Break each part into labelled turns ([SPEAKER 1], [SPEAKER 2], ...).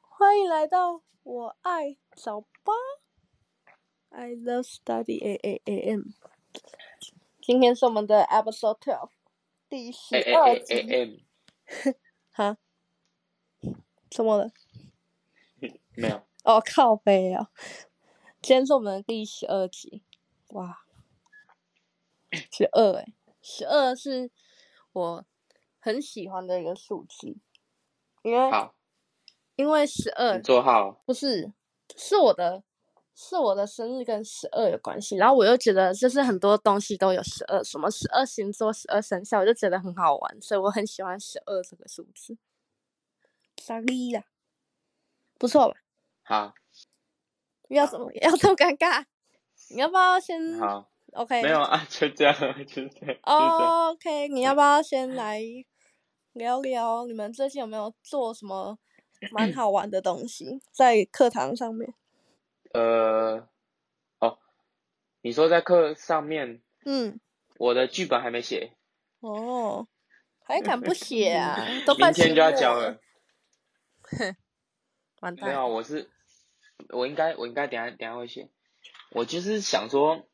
[SPEAKER 1] 欢迎来到我爱早八，I love study a a a m。今天是我们的 episode twelve，第十
[SPEAKER 2] 哎哎
[SPEAKER 1] 二
[SPEAKER 2] 哎
[SPEAKER 1] 集。
[SPEAKER 2] 哎哎，
[SPEAKER 1] 哈？怎么了？
[SPEAKER 2] 没有，
[SPEAKER 1] 哦，靠背啊！今天是我们的第十二集，哇，十二哎，十二是我很喜欢的一个数字，因为
[SPEAKER 2] 好，嗯
[SPEAKER 1] 因为十二
[SPEAKER 2] 你坐好，
[SPEAKER 1] 不是，是我的，是我的生日跟十二有关系。然后我又觉得，就是很多东西都有十二，什么十二星座、十二生肖，我就觉得很好玩，所以我很喜欢十二这个数字。傻逼呀，啊不错吧？
[SPEAKER 2] 好，
[SPEAKER 1] 要怎么 要这么尴尬？你要不要先
[SPEAKER 2] 好，
[SPEAKER 1] ？OK，
[SPEAKER 2] 没有啊，就这样，就这样，就这样。
[SPEAKER 1] 哦、o k 你要不要先来聊聊你们最近有没有做什么
[SPEAKER 2] 嗯
[SPEAKER 1] 蛮好玩的东西在课堂上面？
[SPEAKER 2] 呃，哦，你说在课上面，
[SPEAKER 1] 嗯，
[SPEAKER 2] 我的剧本还没写，
[SPEAKER 1] 哦，还敢不写 啊？都快
[SPEAKER 2] 明天就要
[SPEAKER 1] 期末
[SPEAKER 2] 交了。。
[SPEAKER 1] 完
[SPEAKER 2] 没
[SPEAKER 1] 蛋，
[SPEAKER 2] 有，我是，我应该，我应该等一下等一下会写。我就是想说，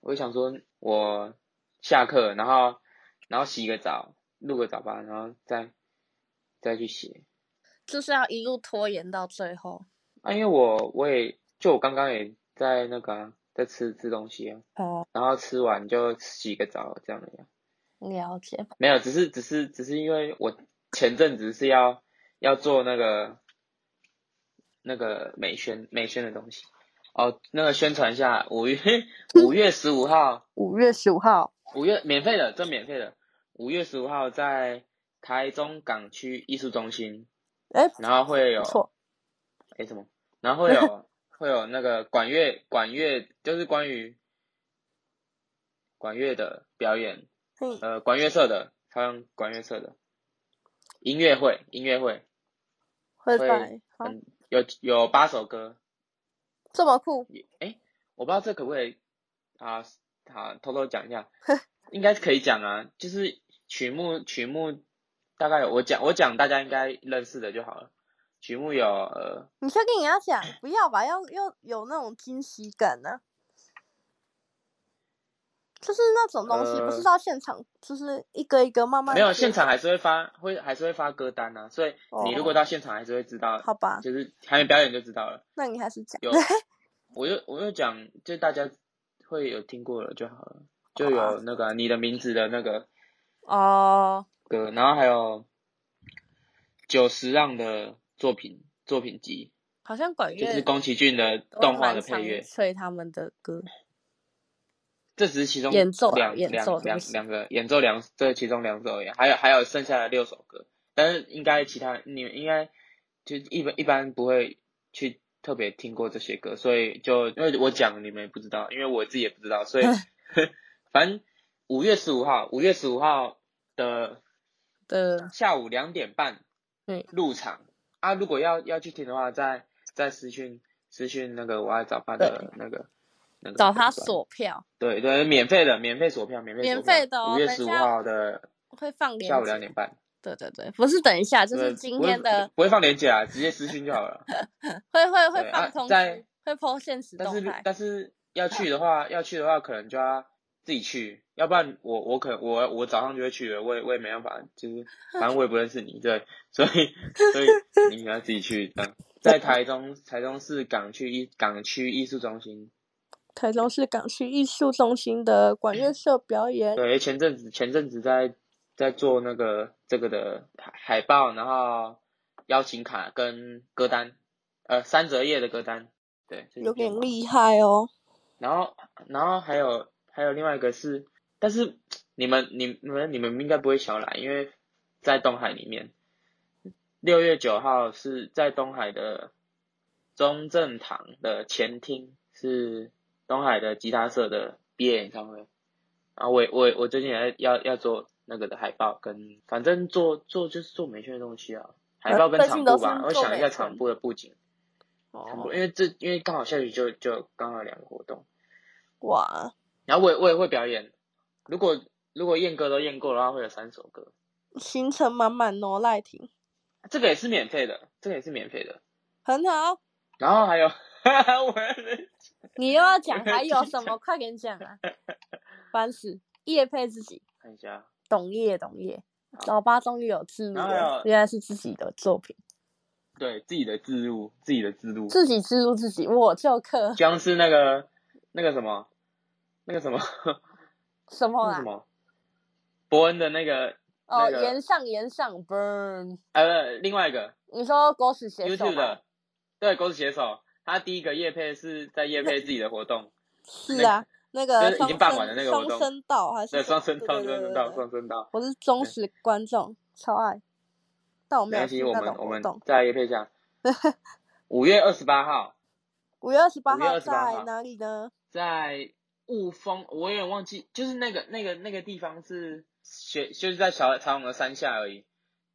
[SPEAKER 2] 我想说我下课，然后然后洗个澡，录个早吧，然后再再去写。
[SPEAKER 1] 就是要一路拖延到最后。
[SPEAKER 2] 啊，因为我我也就我刚刚也在那个啊、在吃吃东西啊，
[SPEAKER 1] 哦，
[SPEAKER 2] 然后吃完就洗个澡这样的呀。
[SPEAKER 1] 了解。
[SPEAKER 2] 没有，只是只是只是因为我前阵子是要要做那个那个美宣美宣的东西哦，那个宣传一下，五月五月十五号，
[SPEAKER 1] 五月十五号，
[SPEAKER 2] 五月免费的，这免费的，五月十五号在台中港区艺术中心，
[SPEAKER 1] 哎，
[SPEAKER 2] 然后会有
[SPEAKER 1] 不错，
[SPEAKER 2] 哎、什么？然后会有会有那个管乐管乐，就是关于管乐的表演，
[SPEAKER 1] 嗯，
[SPEAKER 2] 呃，管乐社的，好像管乐社的音乐会，音乐会，
[SPEAKER 1] 会
[SPEAKER 2] 会
[SPEAKER 1] 在好
[SPEAKER 2] 嗯，有有八首歌，
[SPEAKER 1] 这么酷，
[SPEAKER 2] 哎、我不知道这可不可以啊，好，偷偷讲一下，应该是可以讲啊，就是曲目曲目大概有我讲我讲大家应该认识的就好了，曲目有呃
[SPEAKER 1] 你先跟人家讲，不要吧，要要有那种惊喜感呢、就是那种东西，不是
[SPEAKER 2] 呃
[SPEAKER 1] 到现场，就是一个一个慢慢
[SPEAKER 2] 没有，
[SPEAKER 1] 解
[SPEAKER 2] 现场还是会发，会还是会发歌单啊，所以你如果到现场还是会知道，
[SPEAKER 1] 哦好吧？
[SPEAKER 2] 就是还没表演就知道了。
[SPEAKER 1] 那你还是讲
[SPEAKER 2] 有，我就我就讲，就大家会有听过了就好了，就有那个、啊你的名字的那个
[SPEAKER 1] 哦，
[SPEAKER 2] 歌，然后还有久石让的作品作品集，
[SPEAKER 1] 好像管
[SPEAKER 2] 就
[SPEAKER 1] 乐
[SPEAKER 2] 是宫崎骏的
[SPEAKER 1] 都
[SPEAKER 2] 动画
[SPEAKER 1] 蛮
[SPEAKER 2] 的
[SPEAKER 1] 常
[SPEAKER 2] 配乐，
[SPEAKER 1] 吹他们的歌，
[SPEAKER 2] 这只是其中
[SPEAKER 1] 演奏啊
[SPEAKER 2] 两
[SPEAKER 1] 演
[SPEAKER 2] 两
[SPEAKER 1] 奏对
[SPEAKER 2] 两
[SPEAKER 1] 不起
[SPEAKER 2] 两个演奏两这其中两首而已，还有还有剩下的六首歌，但是应该其他你们应该就一般一般不会去特别听过这些歌，所以就因为我讲你们也不知道，因为我自己也不知 道，所以 反正五月十五号五月十五号的
[SPEAKER 1] 的
[SPEAKER 2] 下午两点半
[SPEAKER 1] 对
[SPEAKER 2] 入场啊，如果要要去听的话，再再私讯私讯那个我爱早八
[SPEAKER 1] 对
[SPEAKER 2] 的那个那个
[SPEAKER 1] 找他
[SPEAKER 2] 粉专
[SPEAKER 1] 索票
[SPEAKER 2] 对对，免费的，免费索票，免费
[SPEAKER 1] 免费的哦
[SPEAKER 2] 五月
[SPEAKER 1] 等一
[SPEAKER 2] 十五
[SPEAKER 1] 下
[SPEAKER 2] 号的
[SPEAKER 1] 会放链
[SPEAKER 2] 下午
[SPEAKER 1] 接
[SPEAKER 2] 两点半，
[SPEAKER 1] 对对对，不是等一下，就
[SPEAKER 2] 对
[SPEAKER 1] 是今
[SPEAKER 2] 不会
[SPEAKER 1] 天的
[SPEAKER 2] 不会放链接啊，直接私讯就好 了。
[SPEAKER 1] 会会
[SPEAKER 2] 对
[SPEAKER 1] 会
[SPEAKER 2] 啊
[SPEAKER 1] 放通
[SPEAKER 2] 在
[SPEAKER 1] 知，会 po 现实
[SPEAKER 2] 但
[SPEAKER 1] 动
[SPEAKER 2] 是
[SPEAKER 1] 态。
[SPEAKER 2] 但是要去的话，要去的话可能就要自己去，要不然我我可能我我早上就会去了，我也我也没办法，就是 反正我也不认识你，对，所以所以你可能要自己去这样。在台中台中市港区艺港区艺术中心，
[SPEAKER 1] 台中市港区艺术中心的管乐社表演，
[SPEAKER 2] 对，前阵子前阵子在在做那个这个的海海报，然后邀请卡跟歌单，呃，三折页的歌单，对，
[SPEAKER 1] 有点
[SPEAKER 2] 力。
[SPEAKER 1] 厉害哦。
[SPEAKER 2] 然后然后还有还有另外一个是，但是你们你你们你们应该不会想来，因为在东海里面，六月九号是在东海的中正堂的前厅，是东海的吉他社的毕业演唱会。然后我也我也我最近也在要要做那个的海报跟，反正做做就是做美宣的东西啊，海报跟
[SPEAKER 1] 呃最
[SPEAKER 2] 场
[SPEAKER 1] 近都
[SPEAKER 2] 布
[SPEAKER 1] 是
[SPEAKER 2] 吧，我
[SPEAKER 1] 做
[SPEAKER 2] 想一
[SPEAKER 1] 美
[SPEAKER 2] 下
[SPEAKER 1] 宣
[SPEAKER 2] 场布的布景，场布
[SPEAKER 1] 哦，
[SPEAKER 2] 因为这因为刚好下雨就就刚好两个活动。
[SPEAKER 1] 哇，
[SPEAKER 2] 然后我也我也会表演。如果如果验歌都验过的话，会有三首歌，
[SPEAKER 1] 行程满满哦，赖婷。
[SPEAKER 2] 这个也是免费的，这个也是免费的。
[SPEAKER 1] 很好。
[SPEAKER 2] 然后还有， 我要是
[SPEAKER 1] 你又要 讲还有什么？快点讲啊！烦死，叶配自己，
[SPEAKER 2] 看一下，
[SPEAKER 1] 懂业懂业，
[SPEAKER 2] 好
[SPEAKER 1] 老八终于有自入
[SPEAKER 2] 哦然后还
[SPEAKER 1] 了
[SPEAKER 2] 有，
[SPEAKER 1] 原来是自己的作品，
[SPEAKER 2] 对自己的自入，自己的自入，
[SPEAKER 1] 自己自入自己，我就克
[SPEAKER 2] 像是那个那个什么，那个什么，
[SPEAKER 1] 什么啊
[SPEAKER 2] 那
[SPEAKER 1] 啦？
[SPEAKER 2] 个什么，伯恩的那个
[SPEAKER 1] 哦，
[SPEAKER 2] 那个
[SPEAKER 1] 岩上岩上 burn，
[SPEAKER 2] 呃，另外一个
[SPEAKER 1] 你说狗屎写手
[SPEAKER 2] YouTube
[SPEAKER 1] 吗？
[SPEAKER 2] 的，对，狗屎写手，他第一个叶配是在叶配自己的活 动，
[SPEAKER 1] 是啊，那个
[SPEAKER 2] 就是已经办完了那个活
[SPEAKER 1] 双声
[SPEAKER 2] 动
[SPEAKER 1] 双声道还是
[SPEAKER 2] 对，
[SPEAKER 1] 什么
[SPEAKER 2] 双声道，
[SPEAKER 1] 对
[SPEAKER 2] 双
[SPEAKER 1] 对对
[SPEAKER 2] 声
[SPEAKER 1] 对
[SPEAKER 2] 道，
[SPEAKER 1] 对
[SPEAKER 2] 双声道。
[SPEAKER 1] 我是忠实观众，超爱，但我没
[SPEAKER 2] 没
[SPEAKER 1] 有
[SPEAKER 2] 关系，
[SPEAKER 1] 去
[SPEAKER 2] 我
[SPEAKER 1] 那
[SPEAKER 2] 们
[SPEAKER 1] 种
[SPEAKER 2] 我
[SPEAKER 1] 活
[SPEAKER 2] 们
[SPEAKER 1] 动。
[SPEAKER 2] 再叶配 一下。五月二十八号
[SPEAKER 1] 五月二十八
[SPEAKER 2] 5月
[SPEAKER 1] 号
[SPEAKER 2] 28
[SPEAKER 1] 在
[SPEAKER 2] 号嗯
[SPEAKER 1] 哪里呢？
[SPEAKER 2] 在雾峰，我有点忘记，就是那个那个那个地方是学，就是在小长龙的山下而已，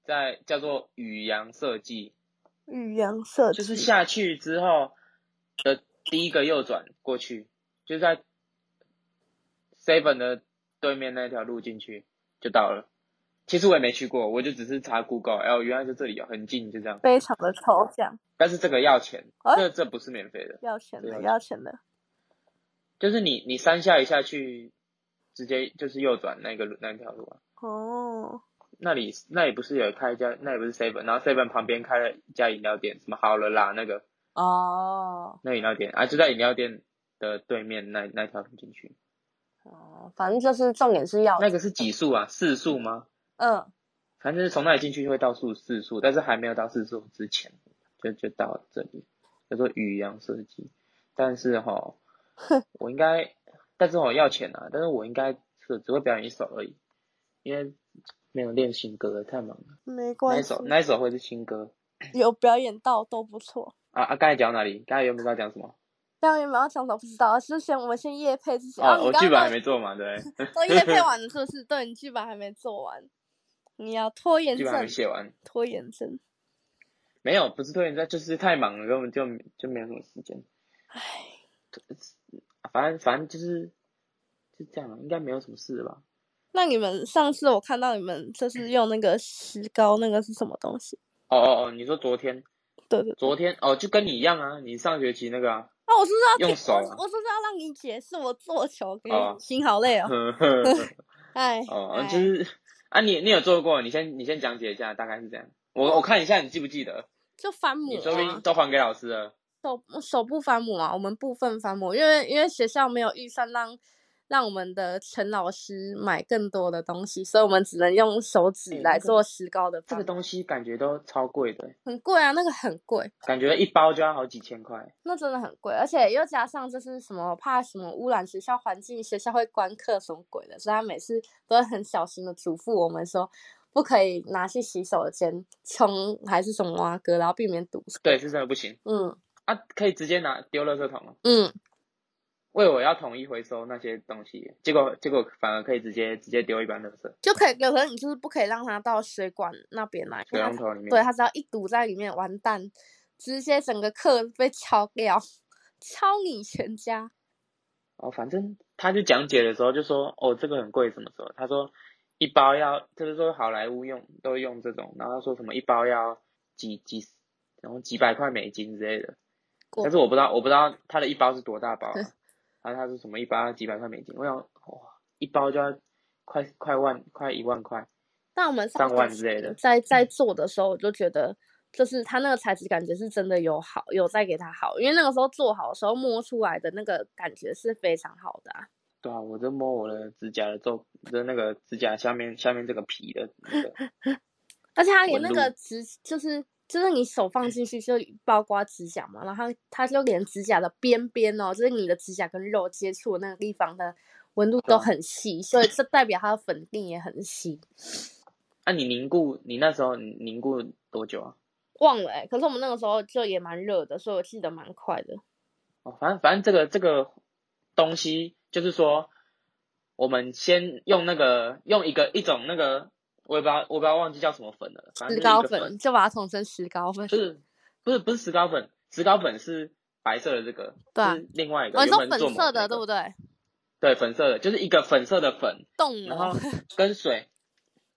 [SPEAKER 2] 在叫做雨阳设计，
[SPEAKER 1] 语言设计
[SPEAKER 2] 就是下去之后的第一个右转过去，就在 Seven 的对面那条路进去就到了。其实我也没去过，我就只是查 Google，哎、原来就这里哦，很近，就这样。
[SPEAKER 1] 非常的抽象，
[SPEAKER 2] 但是这个要钱，
[SPEAKER 1] 哎
[SPEAKER 2] 这这不是免费的，
[SPEAKER 1] 要钱的，
[SPEAKER 2] 对啊
[SPEAKER 1] 要钱的。
[SPEAKER 2] 就是你你山下一下去，直接就是右转那个路那条路啊。
[SPEAKER 1] 哦，
[SPEAKER 2] 那里那里不是有开一家，那里不是 Seven，然后 Seven 旁边开了一家饮料店，什么好了啦那个
[SPEAKER 1] 哦，
[SPEAKER 2] 那饮料店啊，就在饮料店的对面那那条路进去。
[SPEAKER 1] 哦，反正就是重点是要
[SPEAKER 2] 那个是几速啊？四速吗？
[SPEAKER 1] 嗯，
[SPEAKER 2] 反正就是从那里进去会到速四速，但是还没有到四速之前，就就到这里，叫做宇阳设计。但是 哈，我应该，但是我要钱啊，但是我应该是只会表演一首而已，因为没有练新歌，太忙了。
[SPEAKER 1] 没
[SPEAKER 2] 那
[SPEAKER 1] 关
[SPEAKER 2] 一
[SPEAKER 1] 系
[SPEAKER 2] 首，那一首会是新歌
[SPEAKER 1] 有表演到都不错。
[SPEAKER 2] 啊啊！刚才讲到哪里？刚才原本要讲什么？
[SPEAKER 1] 但我原本要讲什么不知道，是先我们先夜配自己。
[SPEAKER 2] 哦，
[SPEAKER 1] 你
[SPEAKER 2] 我
[SPEAKER 1] 刚刚
[SPEAKER 2] 剧本
[SPEAKER 1] 都
[SPEAKER 2] 还没做嘛， 对不对，
[SPEAKER 1] 都夜 配完了，是不是？对，你剧本还没做完，你要拖延
[SPEAKER 2] 剧本还
[SPEAKER 1] 症
[SPEAKER 2] 没，写完。
[SPEAKER 1] 拖延症。
[SPEAKER 2] 没有，不是拖延症，就是太忙了，根本就就没有什么时间。啊
[SPEAKER 1] 唉，
[SPEAKER 2] 反正反正就是就这样，应该没有什么事了吧？
[SPEAKER 1] 那你们上次我看到你们就是用那个石膏，那个是什么东西？
[SPEAKER 2] 哦哦哦，你说昨天，
[SPEAKER 1] 对对对。
[SPEAKER 2] 昨天哦，就跟你一样啊，你上学期那个啊，
[SPEAKER 1] 那我是不是要
[SPEAKER 2] 用
[SPEAKER 1] 听
[SPEAKER 2] 手
[SPEAKER 1] 我
[SPEAKER 2] 啊
[SPEAKER 1] 我是不是要让你解释？我做球给你，
[SPEAKER 2] 哦
[SPEAKER 1] 心好累 哦。
[SPEAKER 2] 呵呵呵
[SPEAKER 1] 唉，
[SPEAKER 2] 哦
[SPEAKER 1] 唉，
[SPEAKER 2] 就是啊，你你有做过，你先你先讲解一下，大概是这样。我我看一下你记不记得，
[SPEAKER 1] 就翻模
[SPEAKER 2] 你说不定
[SPEAKER 1] 啊，
[SPEAKER 2] 都还给老师了。
[SPEAKER 1] 手手部翻模啊，我们部分翻模，因为因为学校没有预算让让我们的陈老师买更多的东西，所以我们只能用手指
[SPEAKER 2] 哎
[SPEAKER 1] 来
[SPEAKER 2] 那个
[SPEAKER 1] 做石膏的
[SPEAKER 2] 这
[SPEAKER 1] 翻
[SPEAKER 2] 个
[SPEAKER 1] 模。
[SPEAKER 2] 东西感觉都超贵的，
[SPEAKER 1] 很贵啊，那个很贵，
[SPEAKER 2] 感觉一包就要好几千块。
[SPEAKER 1] 那真的很贵，而且又加上就是什么怕什么污染学校环境，学校会关课什么鬼的，所以他每次都会很小心的嘱咐我们说，不可以拿去洗手间冲还是什么啊哥，然后避免堵塞。
[SPEAKER 2] 对，，是真的不行
[SPEAKER 1] 嗯
[SPEAKER 2] 啊，可以直接拿丢垃圾桶吗？
[SPEAKER 1] 嗯，
[SPEAKER 2] 为我要统一回收那些东西，结果结果反而可以直接直接丢一般垃圾，
[SPEAKER 1] 就可以，有可能你就是不可以让它到水管那边来，因
[SPEAKER 2] 水
[SPEAKER 1] 为
[SPEAKER 2] 龙
[SPEAKER 1] 它
[SPEAKER 2] 头里面。
[SPEAKER 1] 对，它只要一堵在里面，完蛋，直接整个课被敲掉，敲你全家。
[SPEAKER 2] 哦，反正他就讲解的时候就说，哦，这个很贵，什么时候？他说一包要，就是说好莱坞用都用这种，然后他说什么一包要几几，然后几百块美金之类的。
[SPEAKER 1] 过
[SPEAKER 2] 但是我不知道，我不知道他的一包是多大包、啊，然后他说什么一包要几百块美金，我想哇，一包就要快快万快一万块，
[SPEAKER 1] 但我们
[SPEAKER 2] 上
[SPEAKER 1] 学
[SPEAKER 2] 万
[SPEAKER 1] 期
[SPEAKER 2] 之类的嗯
[SPEAKER 1] 在在做的时候，我就觉得，就是它那个材质感觉是真的有好，有在给它好，因为那个时候做好的时候摸出来的那个感觉是非常好的、啊。
[SPEAKER 2] 对啊，我就摸我的指甲的皱，的那个指甲下面下面这个皮的那个
[SPEAKER 1] 而且它连那
[SPEAKER 2] 纹
[SPEAKER 1] 个
[SPEAKER 2] 路
[SPEAKER 1] 指，就是就是你手放进去就包括指甲嘛，然后它就连指甲的边边哦，就是你的指甲跟肉接触的那个地方的纹路
[SPEAKER 2] 对
[SPEAKER 1] 都
[SPEAKER 2] 啊
[SPEAKER 1] 很细，所以这代表它的粉定也很细。
[SPEAKER 2] 啊，你凝固，你那时候你凝固多久啊？
[SPEAKER 1] 忘了哎、可是我们那个时候就也蛮热的，所以我记得蛮快的。
[SPEAKER 2] 哦，反正反正这个这个东西就是说，我们先用那个用一个一种那个，我也不知道我不知道忘记叫什么粉了，反正
[SPEAKER 1] 石
[SPEAKER 2] 就是
[SPEAKER 1] 膏
[SPEAKER 2] 一个粉，
[SPEAKER 1] 粉就把它统称石膏粉。
[SPEAKER 2] 就是不是不是石膏粉，石膏粉是白色的这个，
[SPEAKER 1] 对啊
[SPEAKER 2] 是另外一个，
[SPEAKER 1] 哦，你说
[SPEAKER 2] 原
[SPEAKER 1] 粉
[SPEAKER 2] 本做膜
[SPEAKER 1] 色
[SPEAKER 2] 那
[SPEAKER 1] 的
[SPEAKER 2] 个
[SPEAKER 1] 对不对？
[SPEAKER 2] 对，粉色的，就是一个粉色的粉，
[SPEAKER 1] 冻
[SPEAKER 2] 然后
[SPEAKER 1] 了，
[SPEAKER 2] 跟水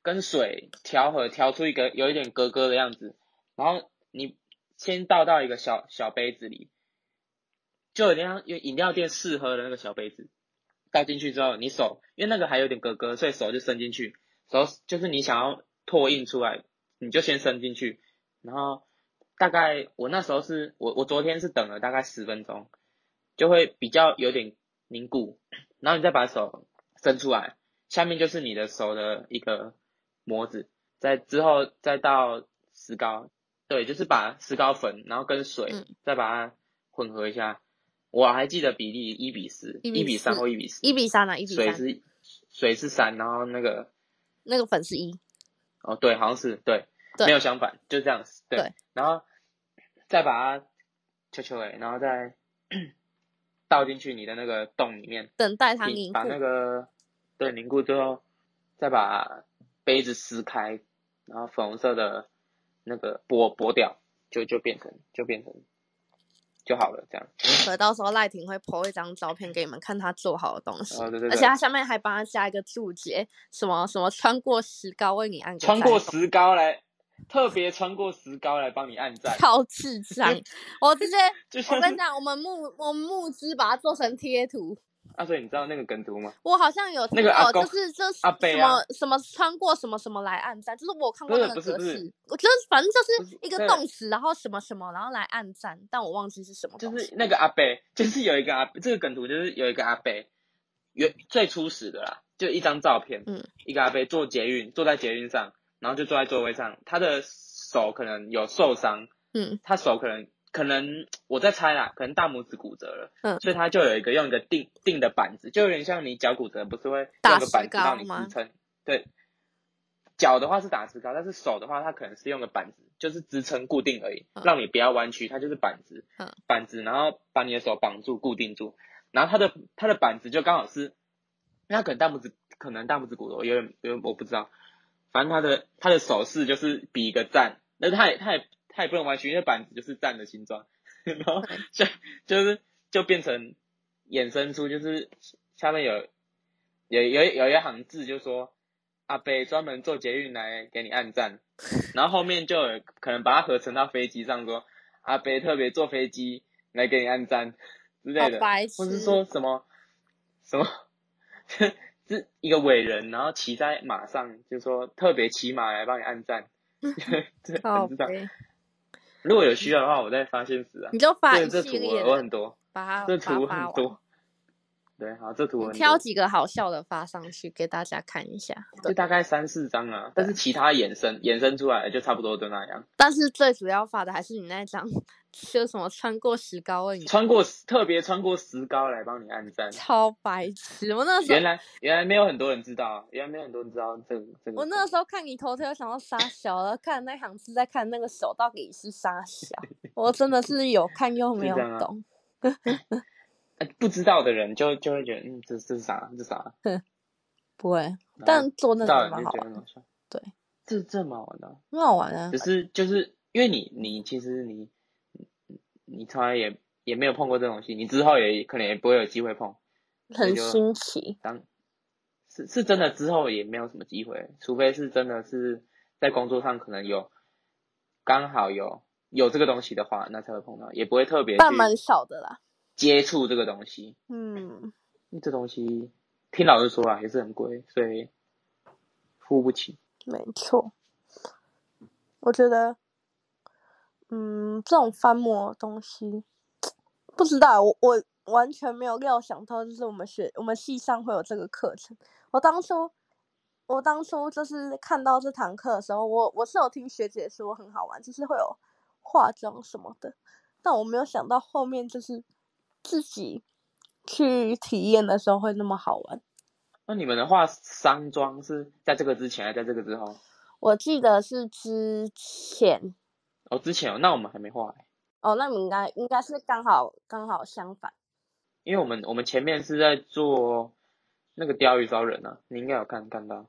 [SPEAKER 2] 跟水调和，调出一个有一点格格的样子，然后你先倒到一个小小杯子里，就有点像有饮料店试喝的那个小杯子，倒进去之后，你手因为那个还有点格格，所以手就伸进去，手就是你想要拓印出来，你就先伸进去，然后大概我那时候是我我昨天是等了大概十分钟，就会比较有点凝固，然后你再把手伸出来，下面就是你的手的一个模子，在之后再到石膏，对，就是把石膏粉，然后跟水、
[SPEAKER 1] 嗯
[SPEAKER 2] 再把它混合一下。我还记得比例一比四、
[SPEAKER 1] 1比
[SPEAKER 2] 一比三
[SPEAKER 1] 4
[SPEAKER 2] 或一比四，
[SPEAKER 1] 一比三啊，一比
[SPEAKER 2] 水
[SPEAKER 1] 三，
[SPEAKER 2] 是水是三，然后那个
[SPEAKER 1] 那个粉是一，
[SPEAKER 2] 哦，对，好像是对，
[SPEAKER 1] 对
[SPEAKER 2] 没有相反，就这样子，对，
[SPEAKER 1] 对
[SPEAKER 2] 然后再把它球球诶，然后再倒进去你的那个洞里面，
[SPEAKER 1] 等待它
[SPEAKER 2] 你
[SPEAKER 1] 凝固
[SPEAKER 2] 把。那个对凝固之后，再把杯子撕开，然后粉红色的那个剥剥掉，就就变成就变成就好了，这样。
[SPEAKER 1] 可到时候赖婷会 po 一张照片给你们看她做好的东西，
[SPEAKER 2] 哦，对对
[SPEAKER 1] 而
[SPEAKER 2] 对
[SPEAKER 1] 且，她下面还帮她加一个注解，什么什么穿过石膏为你按个
[SPEAKER 2] 穿过
[SPEAKER 1] 赞
[SPEAKER 2] 石膏来，特别穿过石膏来帮你按 赞，
[SPEAKER 1] 超智 障！我直接，
[SPEAKER 2] 就
[SPEAKER 1] 我
[SPEAKER 2] 像
[SPEAKER 1] 跟你
[SPEAKER 2] 是
[SPEAKER 1] 讲，我们募我们募资把它做成贴图，
[SPEAKER 2] 啊，所以你知道那个梗图吗？
[SPEAKER 1] 我好像有听
[SPEAKER 2] 那个阿
[SPEAKER 1] 过，
[SPEAKER 2] 公
[SPEAKER 1] 就是就是
[SPEAKER 2] 阿伯
[SPEAKER 1] 什么、
[SPEAKER 2] 啊
[SPEAKER 1] 什么穿过什么什么来按赞，就是我有看过
[SPEAKER 2] 不
[SPEAKER 1] 那个
[SPEAKER 2] 是不是
[SPEAKER 1] 格
[SPEAKER 2] 不是
[SPEAKER 1] 式，我觉得反正就
[SPEAKER 2] 不
[SPEAKER 1] 是
[SPEAKER 2] 是
[SPEAKER 1] 一个
[SPEAKER 2] 那个
[SPEAKER 1] 动词，然后什么什么，然后来按赞，但我忘记是什么
[SPEAKER 2] 就
[SPEAKER 1] 东西。
[SPEAKER 2] 是那个阿伯，就是有一个阿，这个梗图就是有一个阿伯，原最初始的啦，就一张照片，
[SPEAKER 1] 嗯，
[SPEAKER 2] 一个阿伯坐捷运，坐在捷运上，然后就坐在座位上，他的手可能有受伤，
[SPEAKER 1] 嗯
[SPEAKER 2] 他手可能可能我在猜啦，可能大拇指骨折了，
[SPEAKER 1] 嗯
[SPEAKER 2] 所以他就有一个用一个定定的板子，就有点像你脚骨折不是会
[SPEAKER 1] 打
[SPEAKER 2] 用个板
[SPEAKER 1] 石
[SPEAKER 2] 子让
[SPEAKER 1] 膏
[SPEAKER 2] 你
[SPEAKER 1] 吗
[SPEAKER 2] 支撑，对，脚的话是打石膏，但是手的话它可能是用个板子，就是支撑固定而已，
[SPEAKER 1] 嗯
[SPEAKER 2] 让你不要弯曲，它就是板子
[SPEAKER 1] 嗯，
[SPEAKER 2] 板子，然后把你的手绑住固定住，然后它的它的板子就刚好是，那可能大拇指可能大拇指骨头有点有点我不知道，反正他的他的手势就是比一个赞，但是他也他也他也不能弯曲，因为板子就是赞的形状， 然后
[SPEAKER 1] 对
[SPEAKER 2] 就就是就变成衍生出就是下面有有有有一行字就说阿北专门做捷运来给你按赞，然后后面就有可能把它合成到飞机上说阿北特别坐飞机来给你按赞之类的
[SPEAKER 1] 好，白痴
[SPEAKER 2] 或是说什么什么是一个伟人，然后骑在马上就说特别骑马来帮你按赞， 这
[SPEAKER 1] 嗯靠
[SPEAKER 2] 很知道。
[SPEAKER 1] 北
[SPEAKER 2] 如果有需要的话，我再发现时啊
[SPEAKER 1] 你。就发
[SPEAKER 2] 这
[SPEAKER 1] 一
[SPEAKER 2] 这
[SPEAKER 1] 系
[SPEAKER 2] 图
[SPEAKER 1] 列
[SPEAKER 2] 我我很
[SPEAKER 1] 的，
[SPEAKER 2] 多，
[SPEAKER 1] 把它
[SPEAKER 2] 这
[SPEAKER 1] 把它
[SPEAKER 2] 图
[SPEAKER 1] 发
[SPEAKER 2] 很
[SPEAKER 1] 完，
[SPEAKER 2] 多。对，好，这图我
[SPEAKER 1] 你
[SPEAKER 2] 很
[SPEAKER 1] 挑
[SPEAKER 2] 多，
[SPEAKER 1] 几个好笑的发上去给大家看一下。
[SPEAKER 2] 就
[SPEAKER 1] 对，
[SPEAKER 2] 大概三四张啊。但是其他衍生衍生出来的就差不多都那样。
[SPEAKER 1] 但是最主要发的还是你那张，就什么穿过石膏问你
[SPEAKER 2] 穿过特别穿过石膏来帮你按赞。
[SPEAKER 1] 超白痴。我那时候
[SPEAKER 2] 原来原来没有很多人知道啊，原来没有很多人知道这个这个。
[SPEAKER 1] 我那时候看你头贴，我想到傻小了，看那行字，在看那个手到底是傻 小，我真的是有看又没有
[SPEAKER 2] 是这样啊
[SPEAKER 1] 懂。
[SPEAKER 2] 呃不知道的人就就会觉得嗯这这是啥这是啥，
[SPEAKER 1] 不会，
[SPEAKER 2] 然后
[SPEAKER 1] 但做那
[SPEAKER 2] 知
[SPEAKER 1] 个
[SPEAKER 2] 道
[SPEAKER 1] 还
[SPEAKER 2] 的人
[SPEAKER 1] 蛮好
[SPEAKER 2] 就觉得
[SPEAKER 1] 玩
[SPEAKER 2] 很
[SPEAKER 1] 的，
[SPEAKER 2] 好笑。
[SPEAKER 1] 对，
[SPEAKER 2] 这这蛮好玩的啊、
[SPEAKER 1] 很好玩啊
[SPEAKER 2] 只。是就是因为你你其实你你你从来也也没有碰过这种戏，你之后也可能也不会有机会碰。所以
[SPEAKER 1] 很
[SPEAKER 2] 就
[SPEAKER 1] 新奇，
[SPEAKER 2] 当是是真的之后也没有什么机会，除非是真的是在工作上可能有刚好有有这个东西的话，那才会碰到，也不会特别去
[SPEAKER 1] 但蛮少的啦。
[SPEAKER 2] 接触这个东西。
[SPEAKER 1] 嗯，
[SPEAKER 2] 因为这东西听老师说啊，也是很贵，所以付不起。
[SPEAKER 1] 没错。我觉得，嗯，这种翻模的东西，不知道我我完全没有料想到，就是我们学我们系上会有这个课程。我当初我当初就是看到这堂课的时候，我我是有听学姐说很好玩，就是会有化妆什么的，但我没有想到后面就是自己去体验的时候会那么好玩。
[SPEAKER 2] 那你们的话，商妆是在这个之前，还是在这个之后？
[SPEAKER 1] 我记得是之前
[SPEAKER 2] 哦，之前哦，那我们还没画欸、
[SPEAKER 1] 哦，那你应该应该是刚好刚好相反。
[SPEAKER 2] 因为我们我们前面是在做那个鲷鱼烧人啊，你应该有看看到。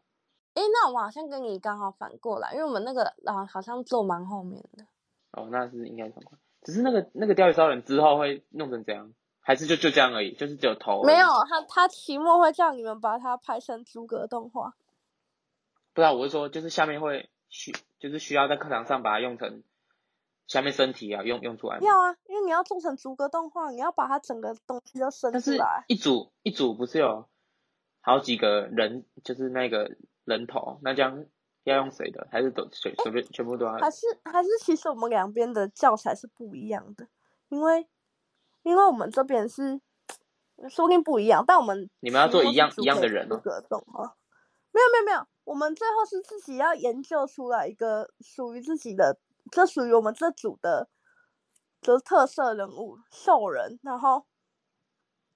[SPEAKER 1] 诶，那我好像跟你刚好反过来，因为我们那个啊好像坐蛮后面的，
[SPEAKER 2] 哦，那是应该相关。只是那个那个鲷鱼烧人之后会弄成怎样？还是就就这样而已？就是只有头？
[SPEAKER 1] 没有。他他期末会叫你们把它拍成逐格动画，
[SPEAKER 2] 不知道，我是说，就是下面会需，就是需要在课堂上把它用成下面身体啊用用出来吗？
[SPEAKER 1] 要啊，因为你要做成逐格动画，你要把它整个东西都生
[SPEAKER 2] 但
[SPEAKER 1] 出
[SPEAKER 2] 是
[SPEAKER 1] 来。
[SPEAKER 2] 一组一组不是有好几个人，就是那个人头，那这样要用谁的？还是都随随便全部都要？
[SPEAKER 1] 还是还是，其实我们两边的教材是不一样的，因为因为我们这边是说不定不一样，但我们
[SPEAKER 2] 你们要做
[SPEAKER 1] 题目
[SPEAKER 2] 一样
[SPEAKER 1] 是逐
[SPEAKER 2] 一样
[SPEAKER 1] 格
[SPEAKER 2] 的人
[SPEAKER 1] 逐
[SPEAKER 2] 哦
[SPEAKER 1] 格动画没有没有没有，我们最后是自己要研究出来一个属于自己的，这属于我们这组的的特色人物兽人，然后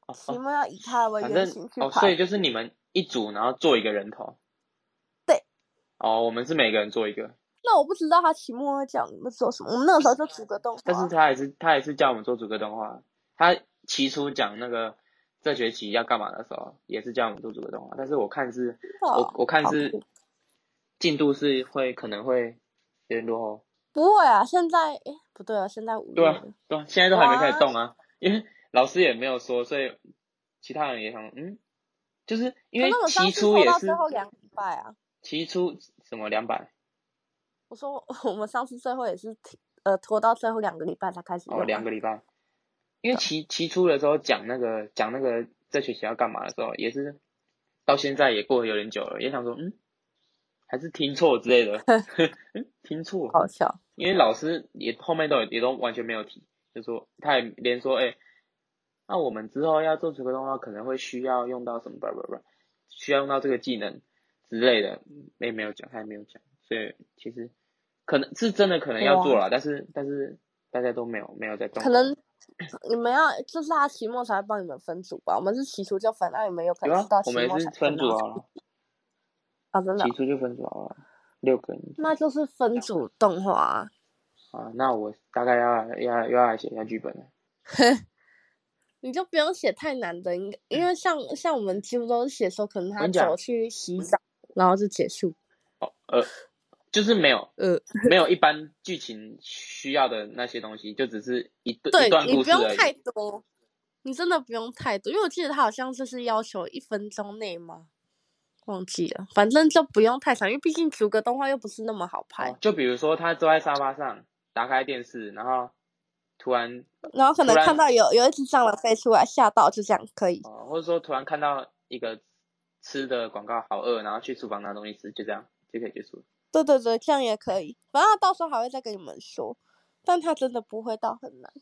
[SPEAKER 2] 哦
[SPEAKER 1] 题
[SPEAKER 2] 哦，
[SPEAKER 1] 目要以他为
[SPEAKER 2] 反
[SPEAKER 1] 原
[SPEAKER 2] 正
[SPEAKER 1] 型去
[SPEAKER 2] 哦，所
[SPEAKER 1] 排。
[SPEAKER 2] 以就是你们一组，然后做一个人头。
[SPEAKER 1] 对。
[SPEAKER 2] 哦，我们是每个人做一个，
[SPEAKER 1] 那我不知道他题目会讲你们做什么，我们那个时候 就逐格动画
[SPEAKER 2] 但是
[SPEAKER 1] 啊。
[SPEAKER 2] 他还是他还是叫我们做逐格动画。他起初讲那个这学期要干嘛的时候，也是叫我们做逐格动画，但是我看是，我
[SPEAKER 1] 哦
[SPEAKER 2] 我看
[SPEAKER 1] 好
[SPEAKER 2] 是
[SPEAKER 1] 酷
[SPEAKER 2] 进度是会可能会有点落后。
[SPEAKER 1] 不会啊，现在诶不对啊，现在五
[SPEAKER 2] 对
[SPEAKER 1] 月
[SPEAKER 2] 啊
[SPEAKER 1] 了。，
[SPEAKER 2] 对啊，现在都还没开始
[SPEAKER 1] 哇
[SPEAKER 2] 动啊，因为老师也没有说，所以其他人也想，嗯，就是因
[SPEAKER 1] 可
[SPEAKER 2] 为
[SPEAKER 1] 那我们
[SPEAKER 2] 期
[SPEAKER 1] 上次
[SPEAKER 2] 初
[SPEAKER 1] 拖
[SPEAKER 2] 也
[SPEAKER 1] 到最
[SPEAKER 2] 是
[SPEAKER 1] 后两个礼拜啊。
[SPEAKER 2] 期初什么两百
[SPEAKER 1] 我说 我们上次最后也是停呃拖到最后两个礼拜才开始
[SPEAKER 2] 哦，
[SPEAKER 1] 用
[SPEAKER 2] 两
[SPEAKER 1] 啊。
[SPEAKER 2] 个礼拜，因为期期初的时候讲那个讲那个这学期要干嘛的时候，也是到现在也过了有点久了，也想说，嗯，还是听错之类 的， 嗯，听错，
[SPEAKER 1] 好笑。
[SPEAKER 2] 因为老师也后面都有也都完全没有提，就说他也连说，哎、那我们之后要做这个动画，可能会需要用到什么吧吧吧，需要用到这个技能之类的，也没有讲，他也没有讲，所以其实可能是真的可能要做
[SPEAKER 1] 哇，
[SPEAKER 2] 了，但是但是大家都没有没有在动
[SPEAKER 1] 可
[SPEAKER 2] 手，
[SPEAKER 1] 能你们要就是他期末才会帮你们分组吧？我们是期初就分，那你们有可
[SPEAKER 2] 有
[SPEAKER 1] 能是
[SPEAKER 2] 啊，
[SPEAKER 1] 到
[SPEAKER 2] 我
[SPEAKER 1] 期
[SPEAKER 2] 们也
[SPEAKER 1] 末
[SPEAKER 2] 是
[SPEAKER 1] 才分
[SPEAKER 2] 分
[SPEAKER 1] 然
[SPEAKER 2] 组
[SPEAKER 1] 后
[SPEAKER 2] 好了，
[SPEAKER 1] 啊，真的
[SPEAKER 2] 起
[SPEAKER 1] 哦，
[SPEAKER 2] 初就分组好了，六个人一组
[SPEAKER 1] 那就是分组动画啊。
[SPEAKER 2] 啊，那我大概要要又要来写一下剧本了，
[SPEAKER 1] 你就不用写太难的，应该
[SPEAKER 2] 嗯
[SPEAKER 1] 因为像像我们几乎都是写说，可能
[SPEAKER 2] 我
[SPEAKER 1] 他
[SPEAKER 2] 跟你
[SPEAKER 1] 走
[SPEAKER 2] 讲，
[SPEAKER 1] 去洗澡，然后就结束。
[SPEAKER 2] 哦呃。就是没有
[SPEAKER 1] 呃，
[SPEAKER 2] 没有一般剧情需要的那些东西，就只是一段一
[SPEAKER 1] 对
[SPEAKER 2] 段
[SPEAKER 1] 你
[SPEAKER 2] 故
[SPEAKER 1] 不
[SPEAKER 2] 事
[SPEAKER 1] 用
[SPEAKER 2] 而
[SPEAKER 1] 太
[SPEAKER 2] 已。
[SPEAKER 1] 多，你真的不用太多，因为我记得他好像就是要求一分钟内吗？忘记了，反正就不用太长，因为毕竟逐格动画又不是那么好
[SPEAKER 2] 哦，
[SPEAKER 1] 拍，
[SPEAKER 2] 就比如说他坐在沙发上，打开电视，然后突然
[SPEAKER 1] 然后可
[SPEAKER 2] 突
[SPEAKER 1] 能看
[SPEAKER 2] 然
[SPEAKER 1] 到有有一只蟑螂飞出来，吓到就这样可以。
[SPEAKER 2] 哦，或者说突然看到一个吃的广告，好饿，然后去厨房拿东西吃，就这样就可以结束了。
[SPEAKER 1] 对对对，这样也可以，反正他到时候还会再跟你们说，但他真的不会到很难，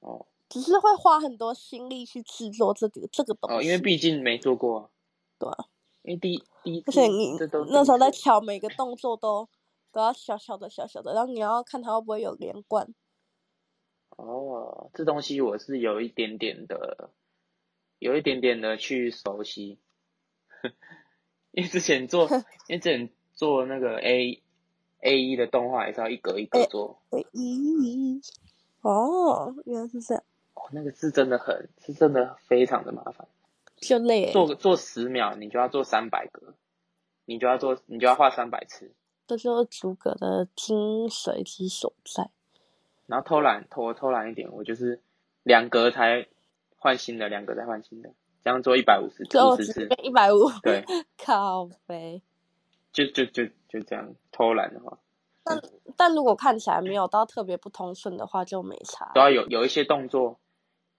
[SPEAKER 2] 哦
[SPEAKER 1] 只是会花很多心力去制作这个这个东
[SPEAKER 2] 哦，因为
[SPEAKER 1] 西。
[SPEAKER 2] 毕竟没做过啊，
[SPEAKER 1] 对啊，
[SPEAKER 2] 因为第一第一
[SPEAKER 1] 而且
[SPEAKER 2] 次，
[SPEAKER 1] 你
[SPEAKER 2] 这都第
[SPEAKER 1] 那
[SPEAKER 2] 一
[SPEAKER 1] 时候在
[SPEAKER 2] 次。
[SPEAKER 1] 调每个动作都都要小小的小小的，然后你要看它会不会有连贯。
[SPEAKER 2] 哦，这东西我是有一点点的，有一点点的去熟悉。因为之前 做，因为之前做那个 A A 一的动画也是要一格一格
[SPEAKER 1] 哎
[SPEAKER 2] 做，
[SPEAKER 1] 哎咦，哦，原来是这样，
[SPEAKER 2] 哦，那个是真的很，是真的非常的麻烦。
[SPEAKER 1] 就累
[SPEAKER 2] 做
[SPEAKER 1] 欸，
[SPEAKER 2] 个做十秒，你就要做三百格，你就要做，你就要画三百次，
[SPEAKER 1] 这就是逐格的精髓之所在。
[SPEAKER 2] 然后偷懒，偷我偷懒一点，我就是两格才换新的，两格再换新的，这样做一百五十
[SPEAKER 1] 最
[SPEAKER 2] 五
[SPEAKER 1] 后
[SPEAKER 2] 十
[SPEAKER 1] 直接
[SPEAKER 2] 次，
[SPEAKER 1] 哦变一百五，
[SPEAKER 2] 对，
[SPEAKER 1] 靠呗。
[SPEAKER 2] 就就就就这样偷懒的话，
[SPEAKER 1] 但但如果看起来没有到特别不通顺的话，就没差
[SPEAKER 2] 都要有有一些动作。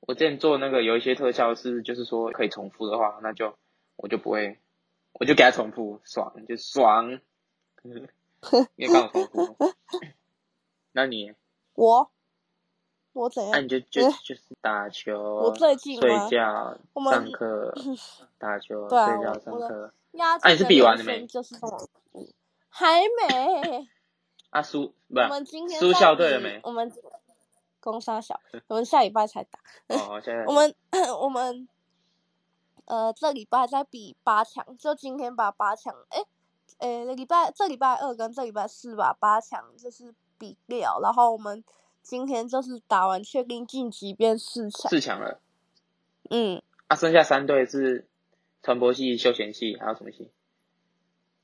[SPEAKER 2] 我之前做那个有一些特效是，就是说可以重复的话，那就我就不会，我就给它重复，爽就爽，因为刚好重复 嘛。那你，
[SPEAKER 1] 我我怎
[SPEAKER 2] 那、
[SPEAKER 1] 样？
[SPEAKER 2] 你就就
[SPEAKER 1] 嗯，
[SPEAKER 2] 就是打
[SPEAKER 1] 我
[SPEAKER 2] 球、
[SPEAKER 1] 最近
[SPEAKER 2] 睡
[SPEAKER 1] 吗？
[SPEAKER 2] 觉、
[SPEAKER 1] 我们
[SPEAKER 2] 上 课、打球、
[SPEAKER 1] 对啊，
[SPEAKER 2] 睡
[SPEAKER 1] 我
[SPEAKER 2] 觉、
[SPEAKER 1] 我
[SPEAKER 2] 上
[SPEAKER 1] 的
[SPEAKER 2] 课。
[SPEAKER 1] 压
[SPEAKER 2] 啊，你
[SPEAKER 1] 轴
[SPEAKER 2] 是
[SPEAKER 1] 的
[SPEAKER 2] 比完
[SPEAKER 1] 人
[SPEAKER 2] 了没？
[SPEAKER 1] 生就是这么，还没。
[SPEAKER 2] 啊，输不
[SPEAKER 1] 我
[SPEAKER 2] 是
[SPEAKER 1] 们今天
[SPEAKER 2] 输
[SPEAKER 1] 在
[SPEAKER 2] 校队了
[SPEAKER 1] 比
[SPEAKER 2] 没？
[SPEAKER 1] 我们攻沙小，我们下礼拜才打。
[SPEAKER 2] 哦，现在
[SPEAKER 1] 我们我们呃这礼拜在比八强，就今天把八强，诶诶礼拜这礼拜二跟这礼拜四把八强就是比掉，然后我们今天就是打完确定晋级变四强。
[SPEAKER 2] 四强了。
[SPEAKER 1] 嗯，
[SPEAKER 2] 啊，剩下三队是传播系、休闲系，还有什么系？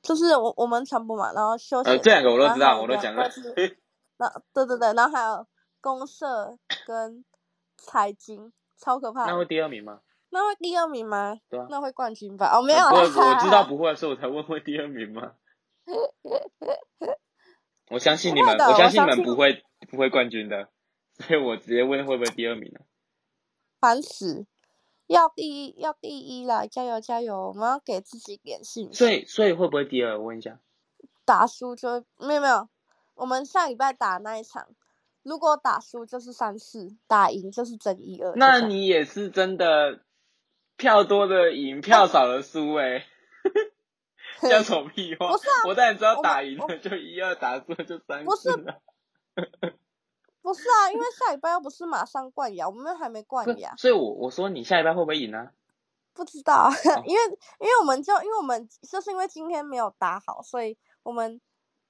[SPEAKER 1] 就是我我们传播嘛，然后休
[SPEAKER 2] 呃，
[SPEAKER 1] 闲
[SPEAKER 2] 这两个我都
[SPEAKER 1] 然
[SPEAKER 2] 知
[SPEAKER 1] 后还
[SPEAKER 2] 道，
[SPEAKER 1] 有
[SPEAKER 2] 我都
[SPEAKER 1] 两
[SPEAKER 2] 讲
[SPEAKER 1] 个
[SPEAKER 2] 了。
[SPEAKER 1] 是，那对对对，然后还有公社跟财经，超可怕
[SPEAKER 2] 那
[SPEAKER 1] 的。
[SPEAKER 2] 会第二名吗？
[SPEAKER 1] 那会第二名吗？
[SPEAKER 2] 对啊，
[SPEAKER 1] 那会冠军吧？哦，没有
[SPEAKER 2] 呃不
[SPEAKER 1] 啦，
[SPEAKER 2] 会，我知道
[SPEAKER 1] 哈哈，
[SPEAKER 2] 不会，所以我才问会第 二名吗？我相信
[SPEAKER 1] 不
[SPEAKER 2] 你
[SPEAKER 1] 会
[SPEAKER 2] 们，我
[SPEAKER 1] 的，
[SPEAKER 2] 相
[SPEAKER 1] 我
[SPEAKER 2] 信你
[SPEAKER 1] 相
[SPEAKER 2] 们
[SPEAKER 1] 信
[SPEAKER 2] 不会不会冠军的，所以我直接问会不会第二名了、
[SPEAKER 1] 烦死！要第一，要第一啦！加油加油！我们要给自己一点信心。
[SPEAKER 2] 所以所以会不会第二？我问一下。
[SPEAKER 1] 打输就会没有没有，我们下礼拜打那一场，如果打输就是三四，打赢就是争一二。就这
[SPEAKER 2] 那
[SPEAKER 1] 样
[SPEAKER 2] 你也是真的票多的赢，票少的输哎、欸， 叫什么屁话？
[SPEAKER 1] 不是啊
[SPEAKER 2] 我当然知道
[SPEAKER 1] 我们
[SPEAKER 2] 打赢
[SPEAKER 1] 我
[SPEAKER 2] 了就一二，打输了就三
[SPEAKER 1] 不是
[SPEAKER 2] 四了。
[SPEAKER 1] 不是啊？因为下礼拜又不是马上冠亚，我们又还没冠
[SPEAKER 2] 不是
[SPEAKER 1] 亚，
[SPEAKER 2] 所以我我说你下一班会不会赢啊？
[SPEAKER 1] 不知道啊。 因为因为我们就因为我们就是因为今天没有打好，所以我们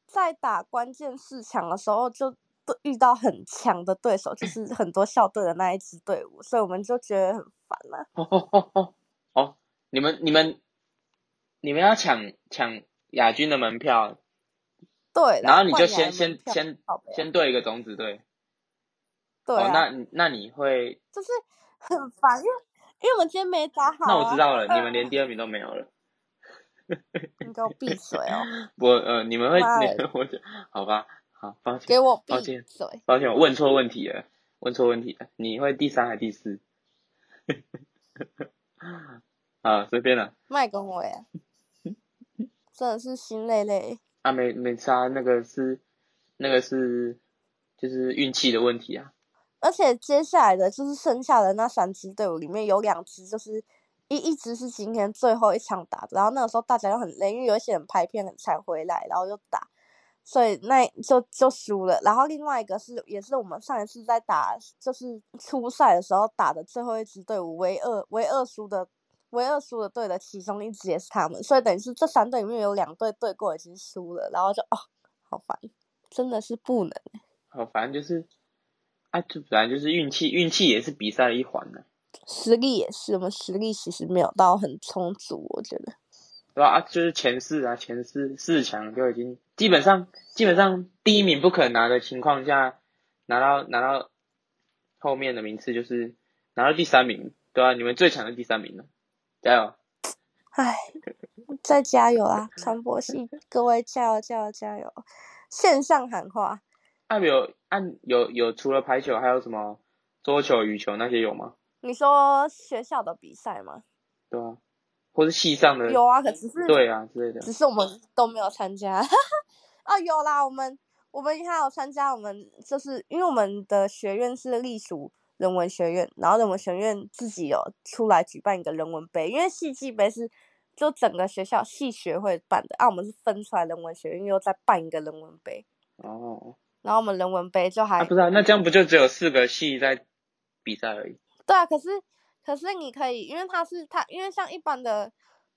[SPEAKER 1] 在打关键四强的时候就对遇到很强的对手，就是很多校队的那一支队伍，所以我们就觉得很烦啊。
[SPEAKER 2] 哦哦哦哦哦！你们你们你们要抢抢亚军的门票，
[SPEAKER 1] 对啦，
[SPEAKER 2] 然后你就
[SPEAKER 1] 冠亚的
[SPEAKER 2] 先先
[SPEAKER 1] 门票
[SPEAKER 2] 先
[SPEAKER 1] 好呗
[SPEAKER 2] 先对一个种子队。
[SPEAKER 1] 对
[SPEAKER 2] 哦，
[SPEAKER 1] 啊，
[SPEAKER 2] 那你那你会？
[SPEAKER 1] 就是很烦，因为因为我们今天没打好、啊。
[SPEAKER 2] 那我知道了，
[SPEAKER 1] 嗯
[SPEAKER 2] 你们连第二名都没有了。
[SPEAKER 1] 你给我 闭嘴哦，
[SPEAKER 2] 我呃，你们会，
[SPEAKER 1] 妈
[SPEAKER 2] 你
[SPEAKER 1] 的
[SPEAKER 2] 们 我就好吧，好抱歉
[SPEAKER 1] 给，我闭
[SPEAKER 2] 抱歉
[SPEAKER 1] 嘴。
[SPEAKER 2] 抱歉，我问错问题了，问错问题了，你会第三还第四？ 啊，随便了，
[SPEAKER 1] 麦跟我 耶，真的是心累累。
[SPEAKER 2] 啊没没差，那个是那个是就是运气的问题啊。
[SPEAKER 1] 而且接下来的就是剩下的那三支队伍里面有两支就是。一一直是今天最后一场打的，然后那个时候大家都很累，因为有一些人拍片才回来，然后又打，所以那就就输了。然后另外一个是也是我们上一次在打就是初赛的时候打的最后一支队伍唯二唯二输的唯二输的队的其中一支也是他们，所以等于是这三队里面有两队对过已经输了，然后就哦好烦，真的是不能。
[SPEAKER 2] 好，呃反正就是啊，就反正就是运气，运气也是比赛的一环呢、
[SPEAKER 1] 实力也是，我们实力其实没有到很充足，我觉得。
[SPEAKER 2] 对吧？啊，就是前四啊，前四四强就已经基本上基本上第一名不可拿的情况下，拿到拿到后面的名次就是拿到第三名，对啊，你们最强的第三名了，加油！
[SPEAKER 1] 唉，再加油啦，传播系各位加油加油加油！线上喊话，
[SPEAKER 2] 啊有按、啊、有有除了排球还有什么桌球、羽球那些有吗？
[SPEAKER 1] 你说学校的比赛吗？
[SPEAKER 2] 对啊，或是系上的
[SPEAKER 1] 有啊，可只是
[SPEAKER 2] 对啊之类的
[SPEAKER 1] 只是我们都没有参加。 啊，有啦，我们我们还有参加，我们就是因为我们的学院是隶属人文学院，然后人文学院自己有出来举办一个人文杯，因为戏剧杯是就整个学校系学会办的，啊，我们是分出来人文学院又再办一个人文杯，
[SPEAKER 2] 哦。
[SPEAKER 1] 然后我们人文杯就还、
[SPEAKER 2] 啊，不是啊，那这样不就只有四个系在比赛而已？
[SPEAKER 1] 对啊，可是可是你可以，因为它是它，因为像一般的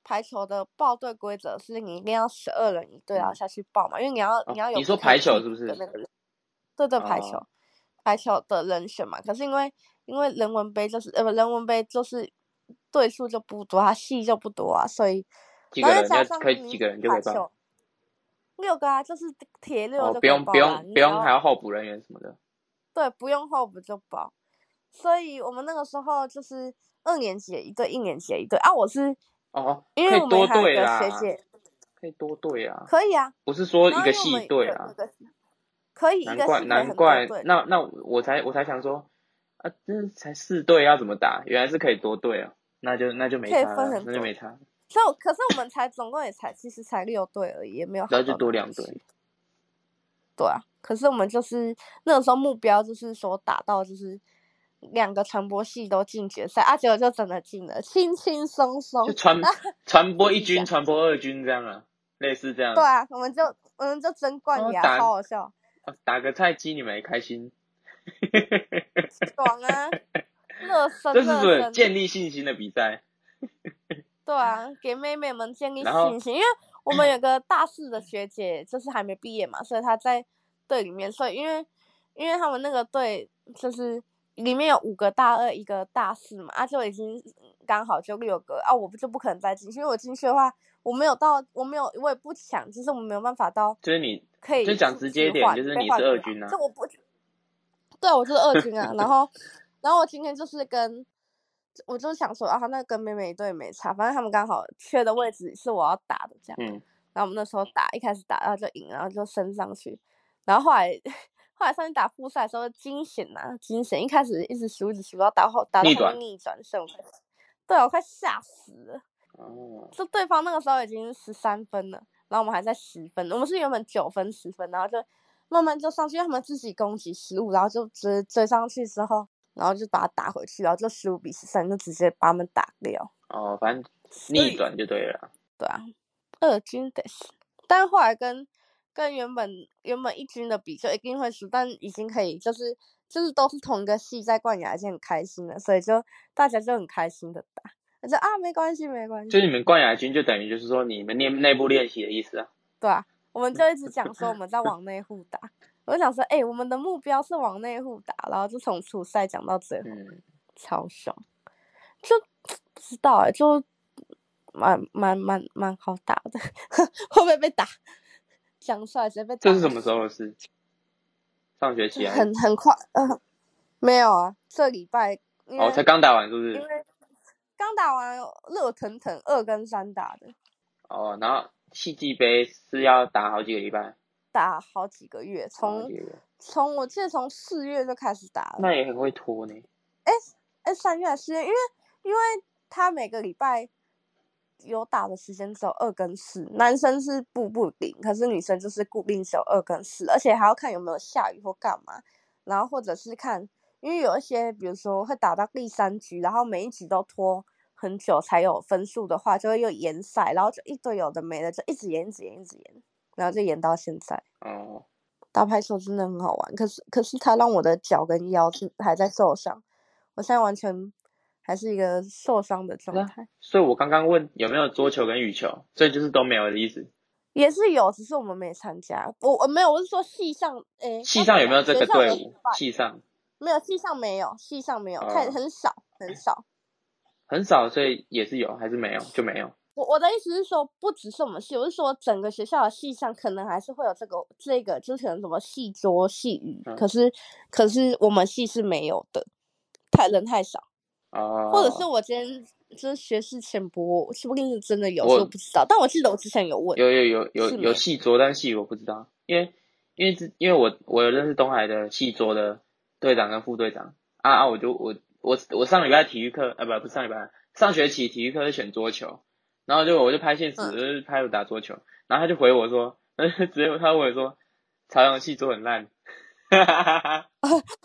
[SPEAKER 1] 排球的报队规则是你一定要十二人一队，然后
[SPEAKER 2] 嗯
[SPEAKER 1] 下去报嘛，因为你要、
[SPEAKER 2] 哦
[SPEAKER 1] 你要有
[SPEAKER 2] 你说
[SPEAKER 1] 可以
[SPEAKER 2] 排球
[SPEAKER 1] 替补
[SPEAKER 2] 是不
[SPEAKER 1] 的
[SPEAKER 2] 是
[SPEAKER 1] 那个人，对对，排球、
[SPEAKER 2] 哦
[SPEAKER 1] 排球的人选嘛。可是因为因为人文杯就是呃不人文杯就是队数就不多，它戏就不多啊，所以
[SPEAKER 2] 几
[SPEAKER 1] 然
[SPEAKER 2] 个
[SPEAKER 1] 后
[SPEAKER 2] 人
[SPEAKER 1] 再加
[SPEAKER 2] 要
[SPEAKER 1] 上
[SPEAKER 2] 可以
[SPEAKER 1] 女
[SPEAKER 2] 几个
[SPEAKER 1] 子
[SPEAKER 2] 人就可
[SPEAKER 1] 排
[SPEAKER 2] 以报
[SPEAKER 1] 球。六个啊，就是铁六
[SPEAKER 2] 哦，
[SPEAKER 1] 就
[SPEAKER 2] 不
[SPEAKER 1] 可以
[SPEAKER 2] 用
[SPEAKER 1] 报啊
[SPEAKER 2] 不
[SPEAKER 1] 啦
[SPEAKER 2] 用
[SPEAKER 1] 你
[SPEAKER 2] 不
[SPEAKER 1] 只
[SPEAKER 2] 用
[SPEAKER 1] 要
[SPEAKER 2] 还有候补人员什么的。
[SPEAKER 1] 对，不用候补就包。所以我们那个时候就是二年级的一队，一年级的一队啊。我是
[SPEAKER 2] 哦，
[SPEAKER 1] 因为
[SPEAKER 2] 可
[SPEAKER 1] 我
[SPEAKER 2] 以
[SPEAKER 1] 们
[SPEAKER 2] 多
[SPEAKER 1] 还有一
[SPEAKER 2] 队
[SPEAKER 1] 个
[SPEAKER 2] 啦，
[SPEAKER 1] 学姐，
[SPEAKER 2] 可以多队啊，
[SPEAKER 1] 可以啊。
[SPEAKER 2] 不是说
[SPEAKER 1] 然
[SPEAKER 2] 一
[SPEAKER 1] 后
[SPEAKER 2] 个
[SPEAKER 1] 因为我
[SPEAKER 2] 系
[SPEAKER 1] 们
[SPEAKER 2] 队
[SPEAKER 1] 有
[SPEAKER 2] 啊
[SPEAKER 1] 有。个可以一
[SPEAKER 2] 难
[SPEAKER 1] 个系
[SPEAKER 2] 怪
[SPEAKER 1] 可以
[SPEAKER 2] 难
[SPEAKER 1] 很多
[SPEAKER 2] 怪，
[SPEAKER 1] 队的，
[SPEAKER 2] 那那我才我才想说，啊，这才四队要怎么打？原来是可以多队啊，那就那就没
[SPEAKER 1] 可以
[SPEAKER 2] 差
[SPEAKER 1] 分
[SPEAKER 2] 了，
[SPEAKER 1] 很
[SPEAKER 2] 那就
[SPEAKER 1] 多
[SPEAKER 2] 没差，
[SPEAKER 1] 所以我可是我们才总共也才其实才六队而已，也没有好
[SPEAKER 2] 然后就
[SPEAKER 1] 到
[SPEAKER 2] 多
[SPEAKER 1] 哪里
[SPEAKER 2] 两队
[SPEAKER 1] 去。对啊，可是我们就是那个时候目标就是说打到就是两个传播系都进决赛啊，结果就真的进了，轻轻松松
[SPEAKER 2] 就。 传传播
[SPEAKER 1] 自
[SPEAKER 2] 一
[SPEAKER 1] 己
[SPEAKER 2] 军，
[SPEAKER 1] 讲
[SPEAKER 2] 传播二军这样啊，类似这样。
[SPEAKER 1] 对啊，我们就我们就争冠
[SPEAKER 2] 哦
[SPEAKER 1] 亚，
[SPEAKER 2] 打
[SPEAKER 1] 超好笑，
[SPEAKER 2] 啊打个菜鸡你们也开心，
[SPEAKER 1] 爽 啊！热身
[SPEAKER 2] 这是不
[SPEAKER 1] 热
[SPEAKER 2] 是
[SPEAKER 1] 身，
[SPEAKER 2] 建立信心的比赛？
[SPEAKER 1] 对啊，给妹妹们建立
[SPEAKER 2] 然后
[SPEAKER 1] 信心，因为我们 有个大四的学姐，就是还没毕业嘛，所以她在队里面，所以因为因为他们那个队就是里面有五个大二，一个大四嘛，啊，就已经刚好就六个啊，我不就不可能再进去，因为我进去的话，我没有到，我没有，我也不抢，就是我没有办法到
[SPEAKER 2] 就是你
[SPEAKER 1] 可以
[SPEAKER 2] 就讲直接一点
[SPEAKER 1] 换
[SPEAKER 2] 就是
[SPEAKER 1] 被
[SPEAKER 2] 你
[SPEAKER 1] 换
[SPEAKER 2] 是
[SPEAKER 1] 掉
[SPEAKER 2] 二军啊
[SPEAKER 1] 就我不，对我就是二 军啊。然后，然后我今天就是跟，我就想说啊，那跟妹妹一队没差，反正他们刚好缺的位置是我要打的这样。
[SPEAKER 2] 嗯，
[SPEAKER 1] 然后我们那时候打，一开始打，然后就赢，然后就升上去，然后后来后来上去打复赛的时候惊险呐，惊险！一开始一直输，一直输，然后打后打到
[SPEAKER 2] 逆
[SPEAKER 1] 后
[SPEAKER 2] 转
[SPEAKER 1] 面逆转胜，我快对我快吓死了。
[SPEAKER 2] 哦，
[SPEAKER 1] 就对方那个时候已经十三分了，然后我们还在十分，我们是原本九分十分，然后就慢慢就上去，因为他们自己攻击失误，然后就追追上去之后，然后就把他打回去，然后就十五比十三，就直接把他们打掉。
[SPEAKER 2] 哦，反正
[SPEAKER 1] 所
[SPEAKER 2] 逆
[SPEAKER 1] 以
[SPEAKER 2] 转就对了。
[SPEAKER 1] 对啊，二军得是，但后来跟跟原本原本一军的比就一定会输，但已经可以就是就是都是同一个系在冠亚，还是很开心的，所以就大家就很开心的打，就啊没关系没关系，
[SPEAKER 2] 就你们冠亚军就等于就是说你们内内部练习的意思啊。
[SPEAKER 1] 对啊，我们就一直讲说我们在往内互打，我就想说，哎、我们的目标是往内互打，然后就从初赛讲到最后，
[SPEAKER 2] 嗯，
[SPEAKER 1] 超凶，就不知道哎、就蛮蛮蛮蛮好打的， 会不会被打？讲出来直接被打。
[SPEAKER 2] 这是什么时候的事？上学期
[SPEAKER 1] 就
[SPEAKER 2] 啊？
[SPEAKER 1] 很很快， 呃，没有啊，这礼拜因为、
[SPEAKER 2] 哦，才刚打完是不
[SPEAKER 1] 因
[SPEAKER 2] 是？
[SPEAKER 1] 为刚打完热腾腾二跟三打的，
[SPEAKER 2] 哦，然后戏剧杯是要打好几个礼拜，
[SPEAKER 1] 打好几个月，
[SPEAKER 2] 好
[SPEAKER 1] 从
[SPEAKER 2] 几个月，嗯
[SPEAKER 1] 从我记得从四月就开始打了。
[SPEAKER 2] 那也很会拖呢。
[SPEAKER 1] 哎，三月还是四月，因为因为他每个礼拜有打的时间只有二跟四，男生是步步顶，可是女生就是固定只有二跟四，而且还要看有没有下雨或干嘛，然后或者是看，因为有一些比如说会打到第三局，然后每一局都拖很久才有分数的话，就会又延赛，然后就一堆有的没的，就一直延，一直延，一直延，然后就延到现在。
[SPEAKER 2] 哦，
[SPEAKER 1] 打排球真的很好玩，可是可是它让我的脚跟腰是还在受伤，我现在完全还是一个受伤的状
[SPEAKER 2] 那
[SPEAKER 1] 态，
[SPEAKER 2] 所以我刚刚问有没有桌球跟羽球，所以就是都没有的意思。
[SPEAKER 1] 也是有，只是我们没参加。我我没有，我是说系上，诶、
[SPEAKER 2] 系上有没有这个队
[SPEAKER 1] 学校有
[SPEAKER 2] 伍
[SPEAKER 1] 举？办
[SPEAKER 2] 系上
[SPEAKER 1] 没有，系上没有，系上没有，太
[SPEAKER 2] 哦
[SPEAKER 1] 很少很少。
[SPEAKER 2] 很少，所以也是有，还是没有就没有。
[SPEAKER 1] 我我的意思是说，不只是我们系，我是说整个学校的系上可能还是会有这个这个，就是可能什么系桌、系语，
[SPEAKER 2] 嗯
[SPEAKER 1] 可是可是我们系是没有的，太人太少。
[SPEAKER 2] 哦，
[SPEAKER 1] 或者是我今天就是学识浅薄，说不定是真的有，
[SPEAKER 2] 我
[SPEAKER 1] 所以我不知道。但我记得我之前有问，
[SPEAKER 2] 有有有有
[SPEAKER 1] 是没
[SPEAKER 2] 有戏桌，但戏我不知道，因为因为之因为我我有认识东海的戏桌的队长跟副队长啊啊，我就我我我上礼拜体育课啊不不是上礼拜上学期体育课是选桌球，然后就我就拍现实，
[SPEAKER 1] 嗯
[SPEAKER 2] 我就是拍我打桌球，然后他就回我说，呃直接他问我说，朝阳戏桌很烂，哈哈哈哈，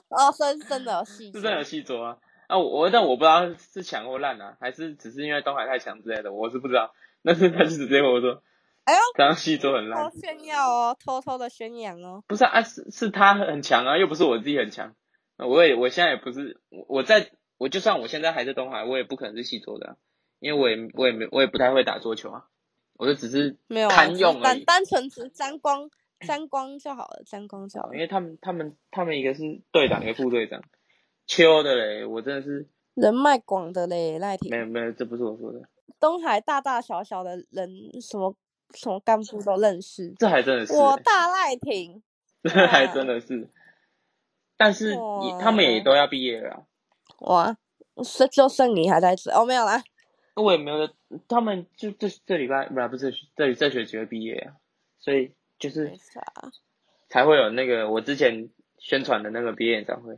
[SPEAKER 1] 哦，所以是真的有细
[SPEAKER 2] 是
[SPEAKER 1] 节
[SPEAKER 2] 真的有戏桌啊。啊，我我但我不知道是强或烂啊，还是只是因为东海太强之类的，我是不知道。但是他就直接跟我说，
[SPEAKER 1] 哎呦，
[SPEAKER 2] 朝阳戏桌很烂
[SPEAKER 1] 偷，炫耀哦，偷偷的宣扬哦。
[SPEAKER 2] 不是啊，是是他很强啊，又不是我自己很强。呃我也我现在也不是我我在我就算我现在还在东海，我也不可能是系桌的啊、因为我也我也没我也不太会打桌球啊，我就只是
[SPEAKER 1] 没有、啊，
[SPEAKER 2] 堪
[SPEAKER 1] 只是
[SPEAKER 2] 用而
[SPEAKER 1] 单
[SPEAKER 2] 已。
[SPEAKER 1] 单纯只是沾光，沾光就好了，沾光就好
[SPEAKER 2] 哦因
[SPEAKER 1] 了。
[SPEAKER 2] 为他们他们他们一个是队长，一个副队长，秋的嘞，我真的是
[SPEAKER 1] 人脉广的嘞，赖
[SPEAKER 2] 没有
[SPEAKER 1] 婷，
[SPEAKER 2] 没有，这不是我说的，
[SPEAKER 1] 东海大大小小的人，什么什么干部都认识。
[SPEAKER 2] 这还真的是、
[SPEAKER 1] 我大赖婷，
[SPEAKER 2] 这还真的是，但是也
[SPEAKER 1] 哇
[SPEAKER 2] 他们也都要毕业了啊、
[SPEAKER 1] 哇，是就剩你还在这哦，没有啦。
[SPEAKER 2] 我也没有，他们就这这礼拜不是不是这里这学期会毕业啊，所以就是
[SPEAKER 1] 没事啊
[SPEAKER 2] 才会有那个我之前宣传的那个毕业演唱 会。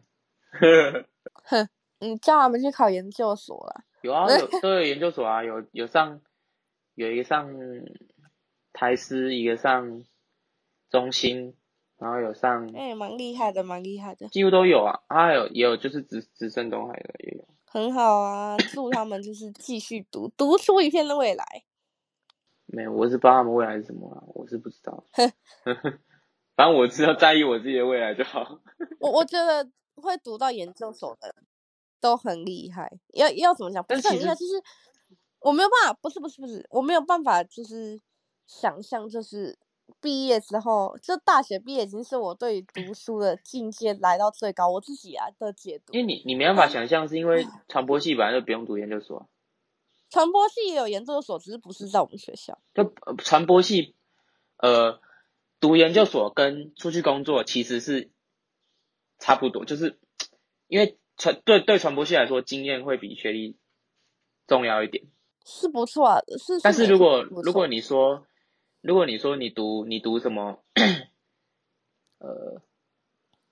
[SPEAKER 1] 你叫他们去考研究所啦。
[SPEAKER 2] 有啊，有都有研究所啊，有有上有一个上台师，一个上中心，然后有上
[SPEAKER 1] 哎、蛮厉害的，蛮厉害的，
[SPEAKER 2] 几乎都有啊，啊还有也有就是直直升东海的也有。
[SPEAKER 1] 很好啊！祝他们就是继续读，读出一片的未来。
[SPEAKER 2] 没有，我是不知道他们未来是什么啊，我是不知道。 反正我只要在意我自己的未来就好。
[SPEAKER 1] 我我觉得会读到研究所的人都很厉害，要要怎么讲？不
[SPEAKER 2] 但
[SPEAKER 1] 是很
[SPEAKER 2] 其
[SPEAKER 1] 厉害，
[SPEAKER 2] 实
[SPEAKER 1] 就是我没有办法，不是不是不是，我没有办法，就是想象，就是毕业之后，就大学毕业已经是我对于读书的境界来到最高，我自己啊的解读
[SPEAKER 2] 因。为你你没办法想象，是因为传播系本来就不用读研究所啊，
[SPEAKER 1] 传播系也有研究所，只是不是在我们学校。
[SPEAKER 2] 就呃传播系，呃，读研究所跟出去工作其实是差不多，就是因为传对对传播系来说，经验会比学历重要一点。
[SPEAKER 1] 是不错啊，是。
[SPEAKER 2] 但是
[SPEAKER 1] 没
[SPEAKER 2] 如果
[SPEAKER 1] 不
[SPEAKER 2] 如
[SPEAKER 1] 错
[SPEAKER 2] 果你说 如果你说你读你读什么，呃，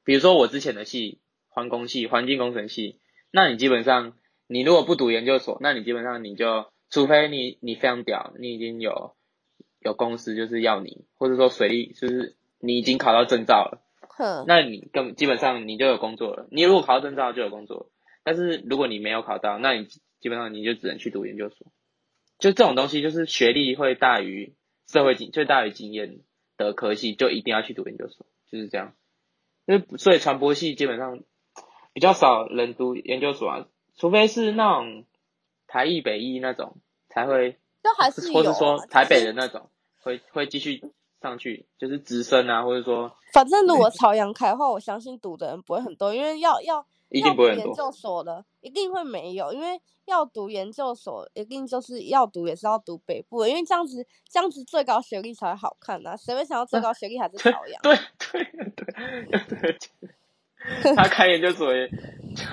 [SPEAKER 2] 比如说我之前的系环工系、环境工程系，那你基本上你如果不读研究所，那你基本上你就除非你你非常屌，你已经有有公司就是要你，或者说水利就是你已经考到证照了。
[SPEAKER 1] 哼，
[SPEAKER 2] 那你根基本上你就有工作了。你如果考到证照就有工作，但是如果你没有考到，那你基本上你就只能去读研究所。就这种东西，就是学历会大于社会经，就大于经验的科系，就一定要去读研究所，就是这样。因为所以传播系基本上比较少人读研究所啊，除非是那种台艺、北艺那种才会，
[SPEAKER 1] 就还是有、
[SPEAKER 2] 或
[SPEAKER 1] 啊，
[SPEAKER 2] 是说台
[SPEAKER 1] 只
[SPEAKER 2] 北
[SPEAKER 1] 是
[SPEAKER 2] 的那种会会继续上去，就是直升啊，或者说
[SPEAKER 1] 反正如果朝阳开的话，我相信读的人不会很多，因为要要
[SPEAKER 2] 一
[SPEAKER 1] 要
[SPEAKER 2] 定
[SPEAKER 1] 读
[SPEAKER 2] 不会很
[SPEAKER 1] 研
[SPEAKER 2] 多。
[SPEAKER 1] 究所的一定会没有，因为要读研究所一定就是要读也是要读北部的，因为这样子这样子最高学历才会好看呐、谁会想要最
[SPEAKER 2] 那
[SPEAKER 1] 高学历还是
[SPEAKER 2] 啊 对
[SPEAKER 1] 朝阳？
[SPEAKER 2] 对对对对，他开研究所也就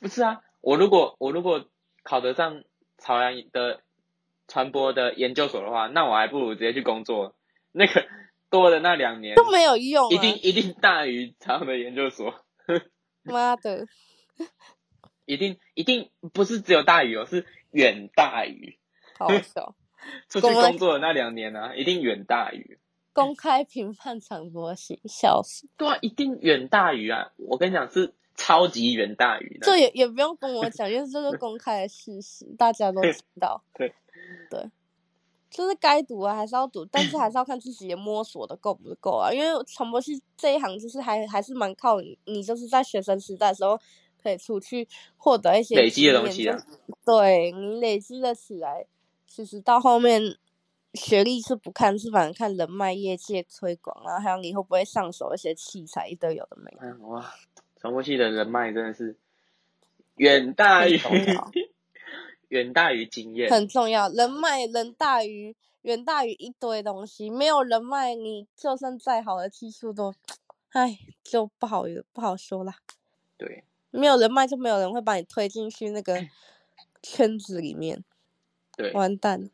[SPEAKER 2] 不是啊。我如果我如果考得上朝阳的传播的研究所的话，那我还不如直接去工作。那个多的那两年
[SPEAKER 1] 都没有用
[SPEAKER 2] 一
[SPEAKER 1] 啊！
[SPEAKER 2] 定一定大于朝阳的研究所，
[SPEAKER 1] 妈的，
[SPEAKER 2] 一定一定不是只有大于哦，是远大于
[SPEAKER 1] 好好 笑！
[SPEAKER 2] 出去
[SPEAKER 1] 公安
[SPEAKER 2] 工作的那两年啊，一定远大于。
[SPEAKER 1] 公开评判传播系，笑死！
[SPEAKER 2] 对啊，一定远大于啊！我跟你讲是超级远大于的。。
[SPEAKER 1] 这也也不用跟我讲，因为这是公开的事实，大家都知道
[SPEAKER 2] 对
[SPEAKER 1] 对，就是该读啊，还是要读，但是还是要看自己也摸索的够不够啊。因为传播系这一行就是还还是蛮靠你，你就是在学生时代的时候可以出去获得一些
[SPEAKER 2] 累积的
[SPEAKER 1] 经
[SPEAKER 2] 东
[SPEAKER 1] 验，
[SPEAKER 2] 西
[SPEAKER 1] 就
[SPEAKER 2] 啊
[SPEAKER 1] 是对你累积了起来，其实到后面。学历是不看，是反而看人脉、业界推广啊，还有你会不会上手一些器材，一堆有的没的。
[SPEAKER 2] 嗯哇，传播系的人脉真的是远大于
[SPEAKER 1] 很重要
[SPEAKER 2] 远大于经验，
[SPEAKER 1] 很重要，人脉人大于远大于一堆东西，没有人脉，你就算再好的技术都，唉，就不好不好说啦。
[SPEAKER 2] 对，
[SPEAKER 1] 没有人脉，就没有人会把你推进去那个圈子里面，
[SPEAKER 2] 对，
[SPEAKER 1] 完蛋，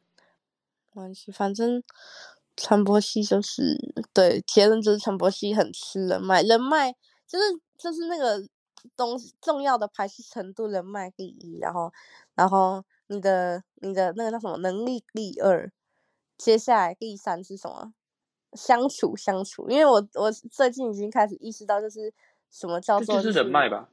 [SPEAKER 1] 完系，反正传播系就是对结论就是传播系很吃人脉，人脉就是就是那个东西重要的排序程度，人脉第一，然后然后你的你的那个叫什么能力第二，接下来第三是什么？相处相处，因为我我最近已经开始意识到，就是什么叫
[SPEAKER 2] 这
[SPEAKER 1] 做
[SPEAKER 2] 就是人脉吧？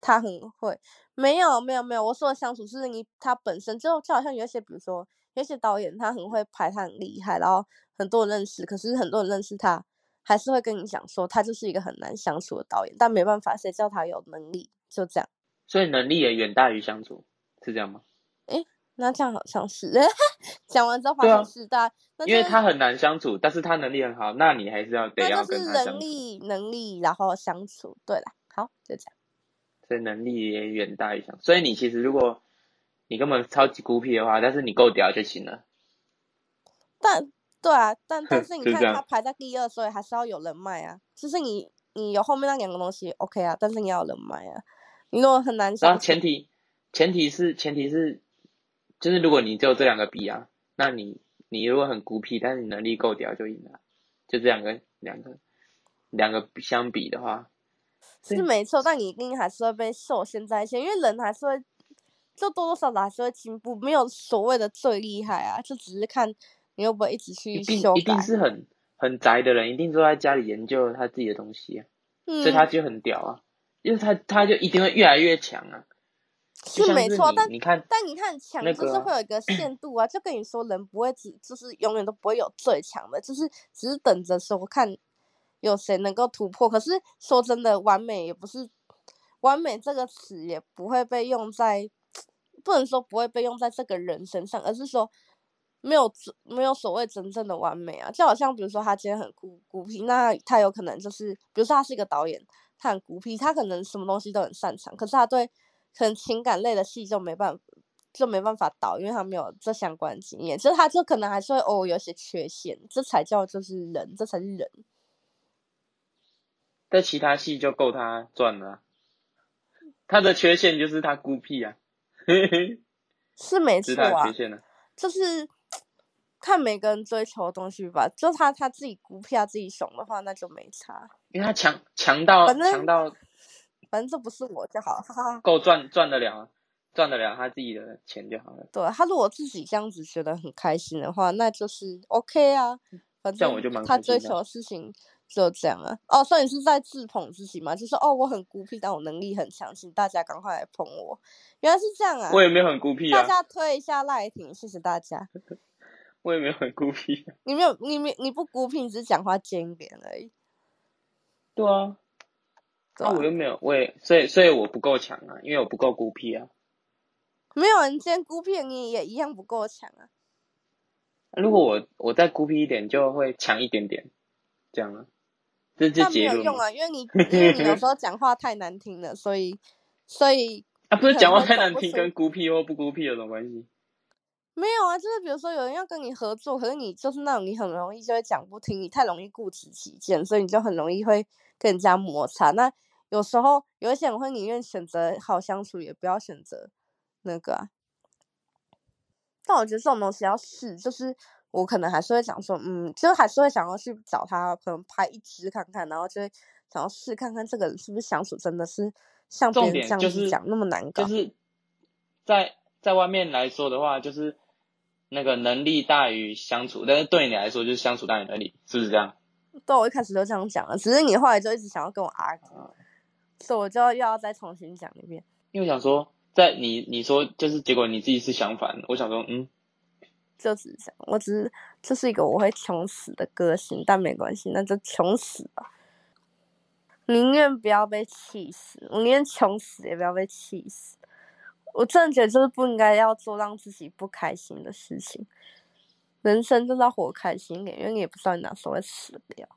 [SPEAKER 1] 他很会。没有没有没有，我说的相处是你他本身就就好像有一些，比如说有一些导演他很会拍，他很厉害，然后很多人认识，可是很多人认识他，还是会跟你讲说他就是一个很难相处的导演，但没办法，谁叫他有能力，就这样。
[SPEAKER 2] 所以能力也远大于相处，是这样吗？
[SPEAKER 1] 那这样好像是， 讲完之后发
[SPEAKER 2] 对啊
[SPEAKER 1] 现是的，那就
[SPEAKER 2] 因为
[SPEAKER 1] 是
[SPEAKER 2] 他很难相处，但是他能力很好，那你还是要得
[SPEAKER 1] 那
[SPEAKER 2] 要
[SPEAKER 1] 就
[SPEAKER 2] 跟
[SPEAKER 1] 是
[SPEAKER 2] 他
[SPEAKER 1] 能
[SPEAKER 2] 相处，
[SPEAKER 1] 力能力，然后相处。对啦，好，就这样。
[SPEAKER 2] 所以能力也远大于相处。所以你其实如果你根本超级孤僻的话，但是你够屌就行了，
[SPEAKER 1] 但对啊，但 但是你
[SPEAKER 2] 就是
[SPEAKER 1] 看
[SPEAKER 2] 这
[SPEAKER 1] 他
[SPEAKER 2] 样。
[SPEAKER 1] 排在第二，所以还是要有人脉啊。就是你你有后面那两个东西 OK 啊，但是你要有人脉啊。你如果很难
[SPEAKER 2] 然
[SPEAKER 1] 相
[SPEAKER 2] 后
[SPEAKER 1] 处，
[SPEAKER 2] 前提前提是前提是，就是如果你只有这两个比啊，那你你如果很孤僻，但是你能力够屌就赢了。就这两个两个两个相比的话，
[SPEAKER 1] 是
[SPEAKER 2] 对
[SPEAKER 1] 没错，但你一定还是会被受限在一些，因为人还是会，就多多少少还是会进步，没有所谓的最厉害啊，就只是看你会不会一直
[SPEAKER 2] 一
[SPEAKER 1] 去
[SPEAKER 2] 定
[SPEAKER 1] 修
[SPEAKER 2] 一定
[SPEAKER 1] 改。
[SPEAKER 2] 是很很宅的人，一定都在家里研究他自己的东西啊，所以他
[SPEAKER 1] 嗯，
[SPEAKER 2] 就很屌啊，因为他他就一定会越来越强啊。就是像
[SPEAKER 1] 没
[SPEAKER 2] 是
[SPEAKER 1] 错，
[SPEAKER 2] 你
[SPEAKER 1] 但
[SPEAKER 2] 你看
[SPEAKER 1] 但你看强
[SPEAKER 2] 那
[SPEAKER 1] 就是
[SPEAKER 2] 个啊
[SPEAKER 1] 会有一个限度啊，就跟你说人不会只就是永远都不会有最强的，就是只是等着说看有谁能够突破。可是说真的，完美也不是完美这个词也不会被用在，不能说不会被用在这个人身上，而是说没有真没有所谓真正的完美啊。就好像比如说他今天很孤孤僻，那他有可能就是比如说他是一个导演，他很孤僻，他可能什么东西都很擅长，可是他对可能情感类的戏就没办法。就没办法导，因为他没有这相关经验，就是他就可能还是会偶尔有些缺陷，这才叫就是人，这才是人。
[SPEAKER 2] 在其他系就够他赚了啊、他的缺陷就是他孤僻啊，
[SPEAKER 1] 是没
[SPEAKER 2] 这是
[SPEAKER 1] 错
[SPEAKER 2] 他的
[SPEAKER 1] 啊，
[SPEAKER 2] 缺陷呢、啊。
[SPEAKER 1] 就是看每个人追求的东西吧。就他他自己孤僻，他自己爽的话，那就没差。
[SPEAKER 2] 因为他强强到
[SPEAKER 1] 反正
[SPEAKER 2] 强到
[SPEAKER 1] 反正这不是我就好， 哈哈。
[SPEAKER 2] 够赚赚得了，赚得了他自己的钱就好了。
[SPEAKER 1] 对啊他如果自己这样子觉得很开心的话，那就是 OK 啊。反
[SPEAKER 2] 嗯这样
[SPEAKER 1] 正
[SPEAKER 2] 我就蛮
[SPEAKER 1] 他
[SPEAKER 2] 开心
[SPEAKER 1] 追
[SPEAKER 2] 的啊
[SPEAKER 1] 求的事情就这样啊。哦，所以你是在自捧自己吗？就是哦，我很孤僻，但我能力很强，请大家赶快来捧我。原来是这样啊！
[SPEAKER 2] 我也没有很孤僻
[SPEAKER 1] 大
[SPEAKER 2] 啊，
[SPEAKER 1] 家推一下赖婷，谢谢大家。
[SPEAKER 2] 我也没有很孤僻、啊。
[SPEAKER 1] 你没有，你没，你不孤僻，你只是讲话尖一点而已。
[SPEAKER 2] 对啊，
[SPEAKER 1] 对
[SPEAKER 2] 那、
[SPEAKER 1] 吧、
[SPEAKER 2] 啊我又没有，我也所以所以我不够强啊，因为我不够孤僻啊。
[SPEAKER 1] 没有人今天孤僻，你也一样不够强啊。
[SPEAKER 2] 如果我我再孤僻一点，就会强一点点，这样啊，这是
[SPEAKER 1] 但没
[SPEAKER 2] 结
[SPEAKER 1] 有
[SPEAKER 2] 论
[SPEAKER 1] 用
[SPEAKER 2] 吗。
[SPEAKER 1] 啊，因为你因为你有时候讲话太难听了，所以所以
[SPEAKER 2] 啊，不是
[SPEAKER 1] 可能
[SPEAKER 2] 讲话
[SPEAKER 1] 会
[SPEAKER 2] 太
[SPEAKER 1] 走
[SPEAKER 2] 难
[SPEAKER 1] 不
[SPEAKER 2] 听，
[SPEAKER 1] 出
[SPEAKER 2] 跟孤僻或不孤僻有什么关系？
[SPEAKER 1] 没有啊，就是比如说有人要跟你合作，可是你就是那种你很容易就会讲不听，你太容易固执己见，所以你就很容易会跟人家摩擦。那有时候有一些人会宁愿选择好相处，也不要选择那个啊。但我觉得这种东西要试，就是我可能还是会想说，嗯，就还是会想要去找他，可能拍一支看看，然后就会想要试看看这个人是不是相处真的是像别
[SPEAKER 2] 重
[SPEAKER 1] 人这
[SPEAKER 2] 点
[SPEAKER 1] 样
[SPEAKER 2] 就
[SPEAKER 1] 子
[SPEAKER 2] 是
[SPEAKER 1] 讲那么难搞。
[SPEAKER 2] 就是在在外面来说的话，就是那个能力大于相处，但是对你来说就是相处大于能力，是不是这样？
[SPEAKER 1] 对，我一开始就这样讲了，只是你后来就一直想要跟我 argue，所以我就又要再重新讲一遍。
[SPEAKER 2] 因为我想说，在你你说就是结果你自己是相反，我想说，嗯，
[SPEAKER 1] 就只是这样，我只是这是一个我会穷死的个性，但没关系，那就穷死吧。宁愿不要被气死，我宁愿穷死也不要被气死。我真的觉得就是不应该要做让自己不开心的事情，人生就是要活开心一点，因为你也不知道你哪时候会死掉，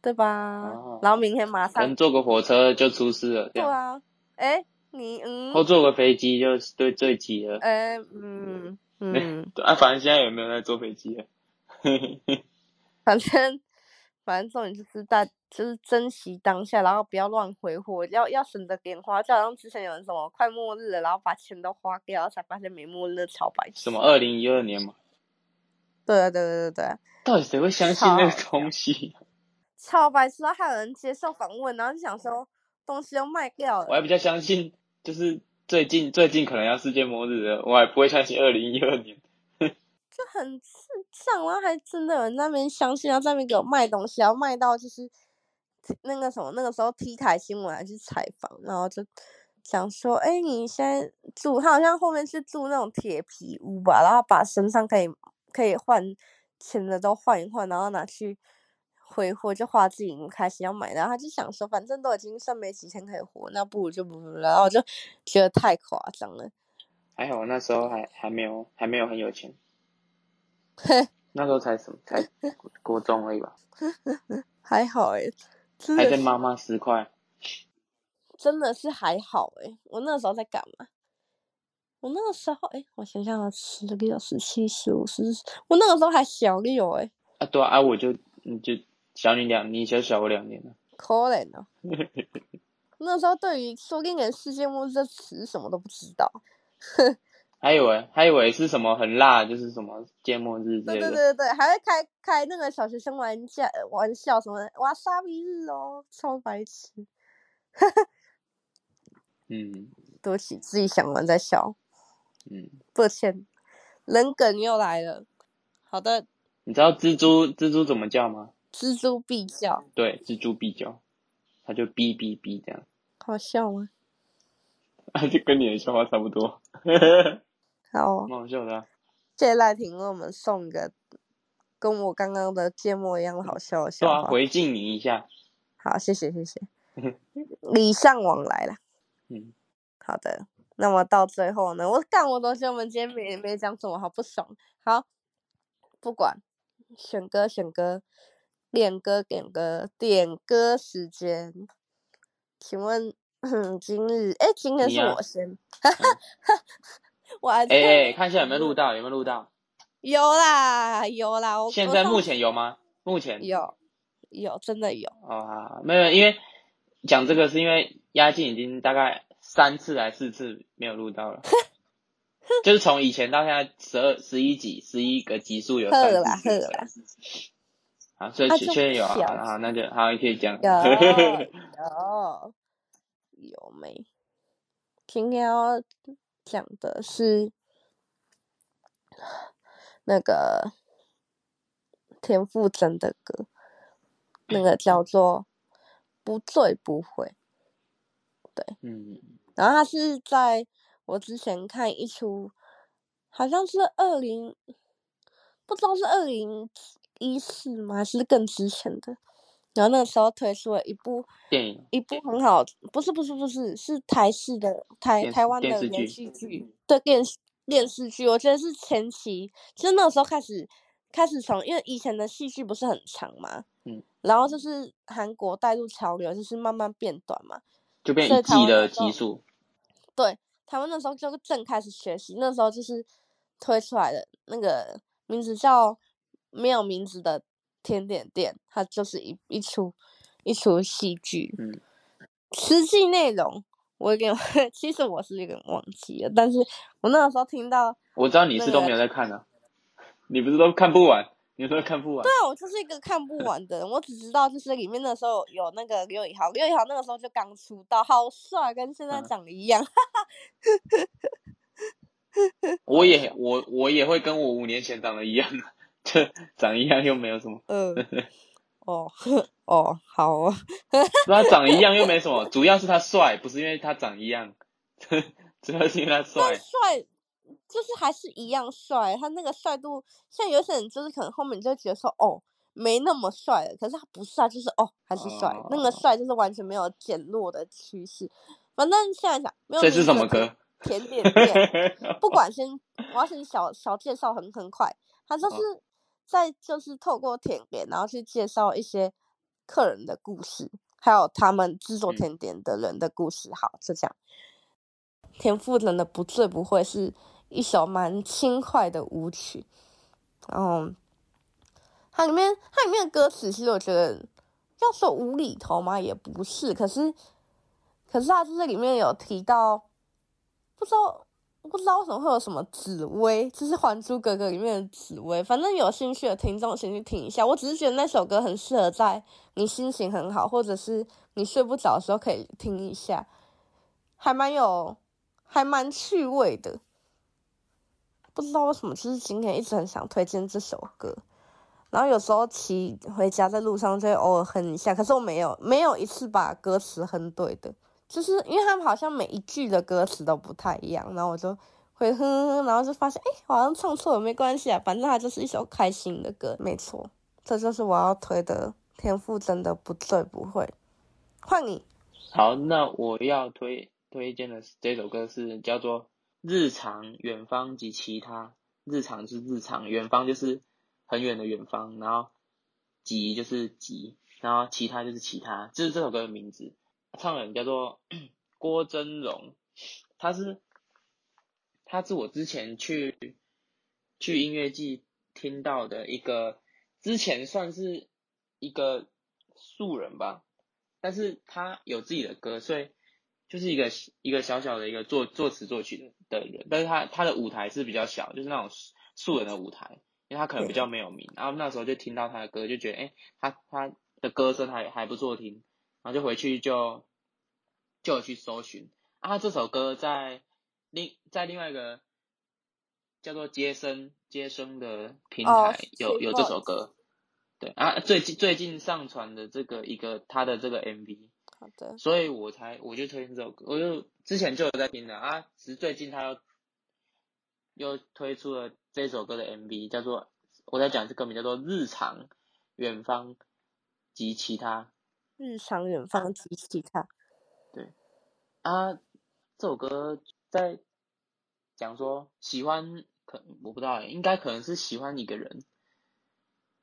[SPEAKER 1] 对吧？
[SPEAKER 2] 哦
[SPEAKER 1] 然后明天马
[SPEAKER 2] 可
[SPEAKER 1] 上
[SPEAKER 2] 能坐个火车就出事了，这
[SPEAKER 1] 对
[SPEAKER 2] 样，
[SPEAKER 1] 啊，哎，你嗯，
[SPEAKER 2] 或坐个飞机就对坠机了。
[SPEAKER 1] 呃，嗯嗯，
[SPEAKER 2] 对啊，反正现在也没有在坐飞机了。 嘿嘿嘿
[SPEAKER 1] 反正反正重点就是大，就是珍惜当下，然后不要乱挥霍，要要省着点花。就好像之前有人什么快末日了，然后把钱都花掉，然后才发现没末日，超白痴。
[SPEAKER 2] 什么？二零一二年嘛，
[SPEAKER 1] 对啊对对对对啊，
[SPEAKER 2] 到底谁会相信那个
[SPEAKER 1] 超
[SPEAKER 2] 东西？
[SPEAKER 1] 超白痴！然后还有人接受访问，然后就想说东西都卖掉
[SPEAKER 2] 我还
[SPEAKER 1] 了，
[SPEAKER 2] 比较相信，就是最近最近可能要世界末日了，我还不会相信二零一二年。
[SPEAKER 1] 就很智障。然后还真的有人在那边相信，然后在那边给我卖东西，然后卖到就是那个什么，那个时候 T 台新闻还去采访，然后就想说，哎、你现在住，他好像后面是住那种铁皮屋吧，然后把身上可以可以换钱的都换一换，然后拿去挥霍，就花自己已经开始要买，然后他就想说，反正都已经剩没几天可以活，那不如就不不，不然后我就觉得太夸张了。
[SPEAKER 2] 还好我那时候还还没有还没有很 有钱，那时候才什么才国国中而 已吧，
[SPEAKER 1] 还好诶、真
[SPEAKER 2] 还
[SPEAKER 1] 的
[SPEAKER 2] 在
[SPEAKER 1] 是
[SPEAKER 2] 妈妈十块。
[SPEAKER 1] 真的是还好诶、我那个时候在干嘛？我那个时候诶、我想想啊，十六、十七、十五、十四，我那个时候还小六诶、
[SPEAKER 2] 啊，对啊，啊我就你就小你两，你小小我两年了。
[SPEAKER 1] 可怜哦。那时候对于说不定连世界末日这词什么都不知道。
[SPEAKER 2] 还以为还以为是什么很辣，就是什么世界末日之
[SPEAKER 1] 对
[SPEAKER 2] 类
[SPEAKER 1] 对
[SPEAKER 2] 的。
[SPEAKER 1] 对对对，还会开开那个小学生玩笑玩笑什么的哇沙比日哦，超白痴。
[SPEAKER 2] 嗯
[SPEAKER 1] 对不起，自己想完再笑，
[SPEAKER 2] 嗯，
[SPEAKER 1] 抱歉。人梗又来了。好的，
[SPEAKER 2] 你知道蜘蛛蜘蛛怎么叫吗？
[SPEAKER 1] 锱铢必较，
[SPEAKER 2] 对，蜘蛛必叫，它就哔哔哔这样，
[SPEAKER 1] 好笑吗？
[SPEAKER 2] 啊，就跟你的笑话差不多，
[SPEAKER 1] 好哦、
[SPEAKER 2] 蛮好笑的、啊。
[SPEAKER 1] 谢谢赖婷为我们送一个跟我刚刚的芥末一样好笑的
[SPEAKER 2] 对
[SPEAKER 1] 笑
[SPEAKER 2] 啊，
[SPEAKER 1] 话。
[SPEAKER 2] 回敬你一下。
[SPEAKER 1] 好，谢谢谢谢， 礼尚往来啦。
[SPEAKER 2] 嗯，
[SPEAKER 1] 好的，那么到最后呢，我干我都觉得我们今天没没讲什么，好不爽。好，不管，选歌选歌，点歌点歌点歌时间，请问。 今日哎，今天
[SPEAKER 2] 你
[SPEAKER 1] 是
[SPEAKER 2] 呀嗯
[SPEAKER 1] 我先， 我还
[SPEAKER 2] 哎
[SPEAKER 1] 在
[SPEAKER 2] 哎，看一下有没有录到，有没有录到？
[SPEAKER 1] 有啦有啦，我
[SPEAKER 2] 现
[SPEAKER 1] 我
[SPEAKER 2] 在
[SPEAKER 1] 上
[SPEAKER 2] 目
[SPEAKER 1] 次
[SPEAKER 2] 前有吗？目前
[SPEAKER 1] 有有真的 有，
[SPEAKER 2] 哦，好好没有，因为讲这个是因为押金已经大概三次还是四次没有 录到了，就是从以前到现在十二十一集十一个集数有
[SPEAKER 1] 呵
[SPEAKER 2] 三
[SPEAKER 1] 啦
[SPEAKER 2] 次
[SPEAKER 1] 呵啦
[SPEAKER 2] 啊，所以
[SPEAKER 1] 啊
[SPEAKER 2] 确
[SPEAKER 1] 就
[SPEAKER 2] 确有
[SPEAKER 1] 小
[SPEAKER 2] 啊，好，那就好，你可以讲。
[SPEAKER 1] 有有有没？今天要讲的是那个田馥甄的歌，那个叫做《不醉不悔》。
[SPEAKER 2] 嗯，
[SPEAKER 1] 然后他是在我之前看一出，好像是二零，不知道是二零一四吗，还是更之前的。然后那个时候推出了一部
[SPEAKER 2] 电影
[SPEAKER 1] 一部很好，不是不是不是，是台式的台
[SPEAKER 2] 电
[SPEAKER 1] 台
[SPEAKER 2] 视
[SPEAKER 1] 湾
[SPEAKER 2] 电
[SPEAKER 1] 的
[SPEAKER 2] 视
[SPEAKER 1] 连
[SPEAKER 2] 剧
[SPEAKER 1] 续剧，对电视电视剧，我觉得是前期，就是那个时候开始开始从，因为以前的戏剧不是很长嘛，
[SPEAKER 2] 嗯，
[SPEAKER 1] 然后就是韩国带入潮流，就是慢慢变短嘛，
[SPEAKER 2] 就变
[SPEAKER 1] 所
[SPEAKER 2] 一
[SPEAKER 1] 以台
[SPEAKER 2] 季
[SPEAKER 1] 湾
[SPEAKER 2] 的
[SPEAKER 1] 那时候
[SPEAKER 2] 集数，
[SPEAKER 1] 对，台湾那时候就正开始学习，那时候就是推出来的那个名字叫没有名字的甜点店，它就是一一出一出戏剧。
[SPEAKER 2] 嗯，
[SPEAKER 1] 实际内容我有点， 其实我是有点忘记了，但是我那个时候听到，
[SPEAKER 2] 我知道你是都没有在看啊，你不是都看不完，你都看不完。
[SPEAKER 1] 那我就是一个看不完的人，我只知道就是里面那时候有那个刘以豪，刘以豪那个时候就刚出道，好帅，跟现在
[SPEAKER 2] 嗯
[SPEAKER 1] 长得一样。
[SPEAKER 2] 我也我我也会跟我五年前长得一样， 这长一样又没有什么，
[SPEAKER 1] 嗯，哦 哦，好哦。
[SPEAKER 2] 他长一样又没什么，主要是他帅，不是因为他长一样， 主要是因为他帅。
[SPEAKER 1] 帅，就是还是一样帅。他那个帅度，像有些人就是可能后面你就会觉得说，哦，没那么帅了。可是他不是啊，就是哦，还是帅。那个
[SPEAKER 2] 哦
[SPEAKER 1] 帅就是完全没有减弱的趋势。反正现在想，没有
[SPEAKER 2] 这
[SPEAKER 1] 名
[SPEAKER 2] 是
[SPEAKER 1] 字
[SPEAKER 2] 什
[SPEAKER 1] 的
[SPEAKER 2] 么
[SPEAKER 1] 甜
[SPEAKER 2] 歌？
[SPEAKER 1] 甜点店，不管先，我要先小小介绍很很快，他就
[SPEAKER 2] 好
[SPEAKER 1] 是在就是透过甜点，然后去介绍一些客人的故事，还有他们制作
[SPEAKER 2] 嗯
[SPEAKER 1] 甜点的人的故事。好，就这样。田馥甄的《不醉不会》是一首蛮轻快的舞曲，然后它里面它里面的歌词，其实我觉得要说无厘头嘛，也不是，可是可是它就是里面有提到，不知道不知道为什么会有什么紫薇，就是《还珠格格》里面的紫薇，反正有兴趣的听众先去听一下。我只是觉得那首歌很适合在你心情很好，或者是你睡不着的时候可以听一下，还蛮有还蛮趣味的。不知道为什么，就是今天一直很想推荐这首歌。然后有时候骑回家在路上就会偶尔哼一下，可是我没有没有一次把歌词哼对的，就是因为他们好像每一句的歌词都不太一样，然后我就会哼哼哼，然后就发现哎、诶我好像唱错了，没关系啊，反正它就是一首开心的歌，没错，这就是我要推的田馥甄的《不醉不会》。换你，
[SPEAKER 2] 好，那我要推推荐的是这首歌是叫做《日常远方及其他》，日常是日常，远方就是很远的远方，然后及就是及，然后其他就是其他，这是这首歌的名字。唱的人叫做 郭真荣，他是他是我之前去去音乐季听到的一个，之前算是一个素人吧，但是他有自己的歌，所以就是一个一个小小的一个作作词作曲的的人，但是他他的舞台是比较小，就是那种素素人的舞台，因为他可能比较没有名，然后那时候就听到他的歌，就觉得哎、诶他他的歌声还还不错听，然后就回去就就有去搜寻啊，这首歌在另在另外一个叫做接生接生的平
[SPEAKER 1] 哦
[SPEAKER 2] 台有有这首歌，对啊，最近最近上传的这个一个他的这个 MV，
[SPEAKER 1] 好的，
[SPEAKER 2] 所以我才我就推荐这首歌，我就之前就有在听的啊，只是最近他又又推出了这首歌的 MV，叫做我在讲这歌名叫做《日常》，远方及其他
[SPEAKER 1] 日常远方及其他，
[SPEAKER 2] 啊，这首歌在讲说喜欢，可我不知道欸，应该可能是喜欢一个人，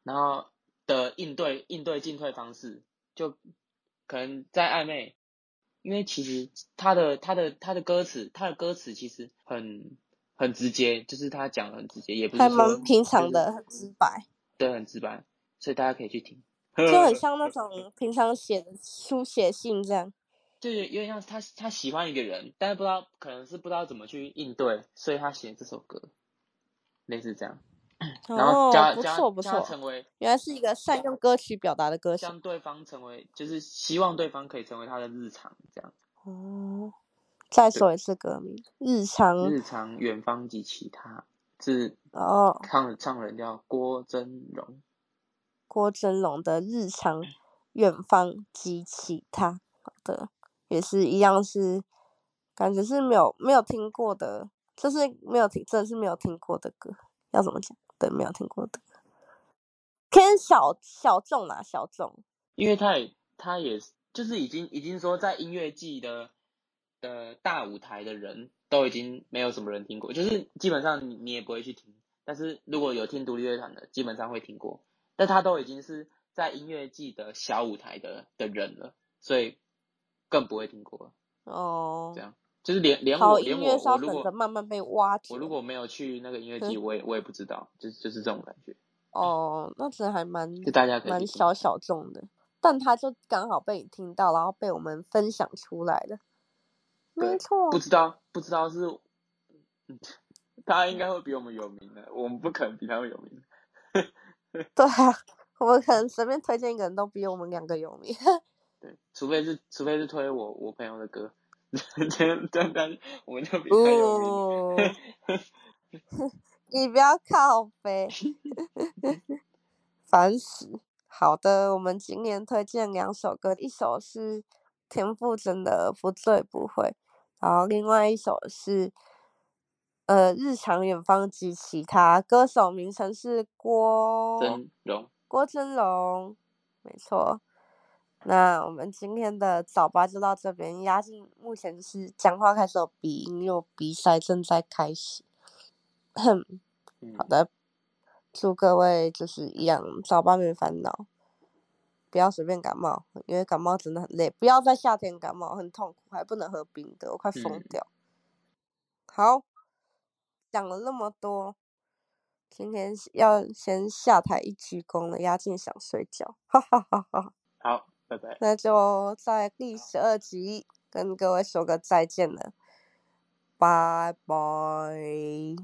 [SPEAKER 2] 然后的应对应对进退方式，就可能在暧昧，因为其实他的他的他的歌词，他的歌词其实很很直接，就是他讲的很直接，也不
[SPEAKER 1] 还
[SPEAKER 2] 是说
[SPEAKER 1] 蛮平
[SPEAKER 2] 就
[SPEAKER 1] 常
[SPEAKER 2] 是
[SPEAKER 1] 的，很直白。
[SPEAKER 2] 对，很直白，所以大家可以去听，
[SPEAKER 1] 就很像那种平常写的书写信这样。
[SPEAKER 2] 就有有点像是他他喜欢一个人，但是不知道可能是不知道怎么去应对，所以他写这首歌，类似这样。然后加、
[SPEAKER 1] 哦、不
[SPEAKER 2] 加
[SPEAKER 1] 错不
[SPEAKER 2] 加
[SPEAKER 1] 错，
[SPEAKER 2] 成为
[SPEAKER 1] 原来是一个善用歌曲表达的歌手。
[SPEAKER 2] 让对方成为，就是希望对方可以成为他的日常这样。
[SPEAKER 1] 哦，再说一次歌名，日常
[SPEAKER 2] 日常远方及其他是
[SPEAKER 1] 哦，
[SPEAKER 2] 唱唱人叫郭真荣，
[SPEAKER 1] 郭真龙的日常、远方及其他好的，也是一样是，感觉是没有没有听过的，就是没有听，真的是没有听过的歌，要怎么讲？对，没有听过的歌，偏小小众啦，小众。
[SPEAKER 2] 因为他也他也是就是已经已经说在音乐季的的大舞台的人都已经没有什么人听过，就是基本上你你也不会去听，但是如果有听独立乐团的，基本上会听过，但他都已经是在音乐季的小舞台的的人了，所以更不会听过了。
[SPEAKER 1] 哦
[SPEAKER 2] 这，样就是连连
[SPEAKER 1] 好，
[SPEAKER 2] 我
[SPEAKER 1] 音
[SPEAKER 2] 连
[SPEAKER 1] 乐
[SPEAKER 2] 我
[SPEAKER 1] 是要
[SPEAKER 2] 我如
[SPEAKER 1] 等着
[SPEAKER 2] 果
[SPEAKER 1] 慢慢被挖掘
[SPEAKER 2] 我。如果没有去那个音乐
[SPEAKER 1] 嗯
[SPEAKER 2] 季，我也我也不知道，就是就是这种感觉，
[SPEAKER 1] 哦，那真的还蛮
[SPEAKER 2] 就大家可以
[SPEAKER 1] 蛮
[SPEAKER 2] 去听
[SPEAKER 1] 小小众的，但他就刚好被你听到，然后被我们分享出来了。没
[SPEAKER 2] 对
[SPEAKER 1] 错
[SPEAKER 2] 不，知道不知道是，嗯他应该会比我们有名的，我们不可能比他们有名。
[SPEAKER 1] 对啊， 我们可能随便推荐一个人都比我们两个有 名。
[SPEAKER 2] 对，除非是除非是推我我朋友的歌， 这样这样，这样我们就比他有名。
[SPEAKER 1] 不，你不要靠 背，烦死。好的，我们今年推荐两首歌，一首是田馥甄的《不醉不会》，然后另外一首是呃《日常远方及其他》，歌手名称是郭
[SPEAKER 2] 真容，
[SPEAKER 1] 郭真龙，没错。那我们今天的早八就到这边，压进目前就是讲话开始有鼻音，因为我鼻塞正在开始。
[SPEAKER 2] 嗯
[SPEAKER 1] 好，的，祝各位就是一样早八没烦恼，不要随便感冒，因为感冒真的很累。不要在夏天感冒，很痛苦，还不能喝冰的，我快疯
[SPEAKER 2] 嗯
[SPEAKER 1] 掉。好，讲了那么多，今天是要先下台一鞠躬了，压进想睡觉，哈哈哈哈。
[SPEAKER 2] 好，拜拜，
[SPEAKER 1] 那就在第十二集跟各位说个再见了，拜拜。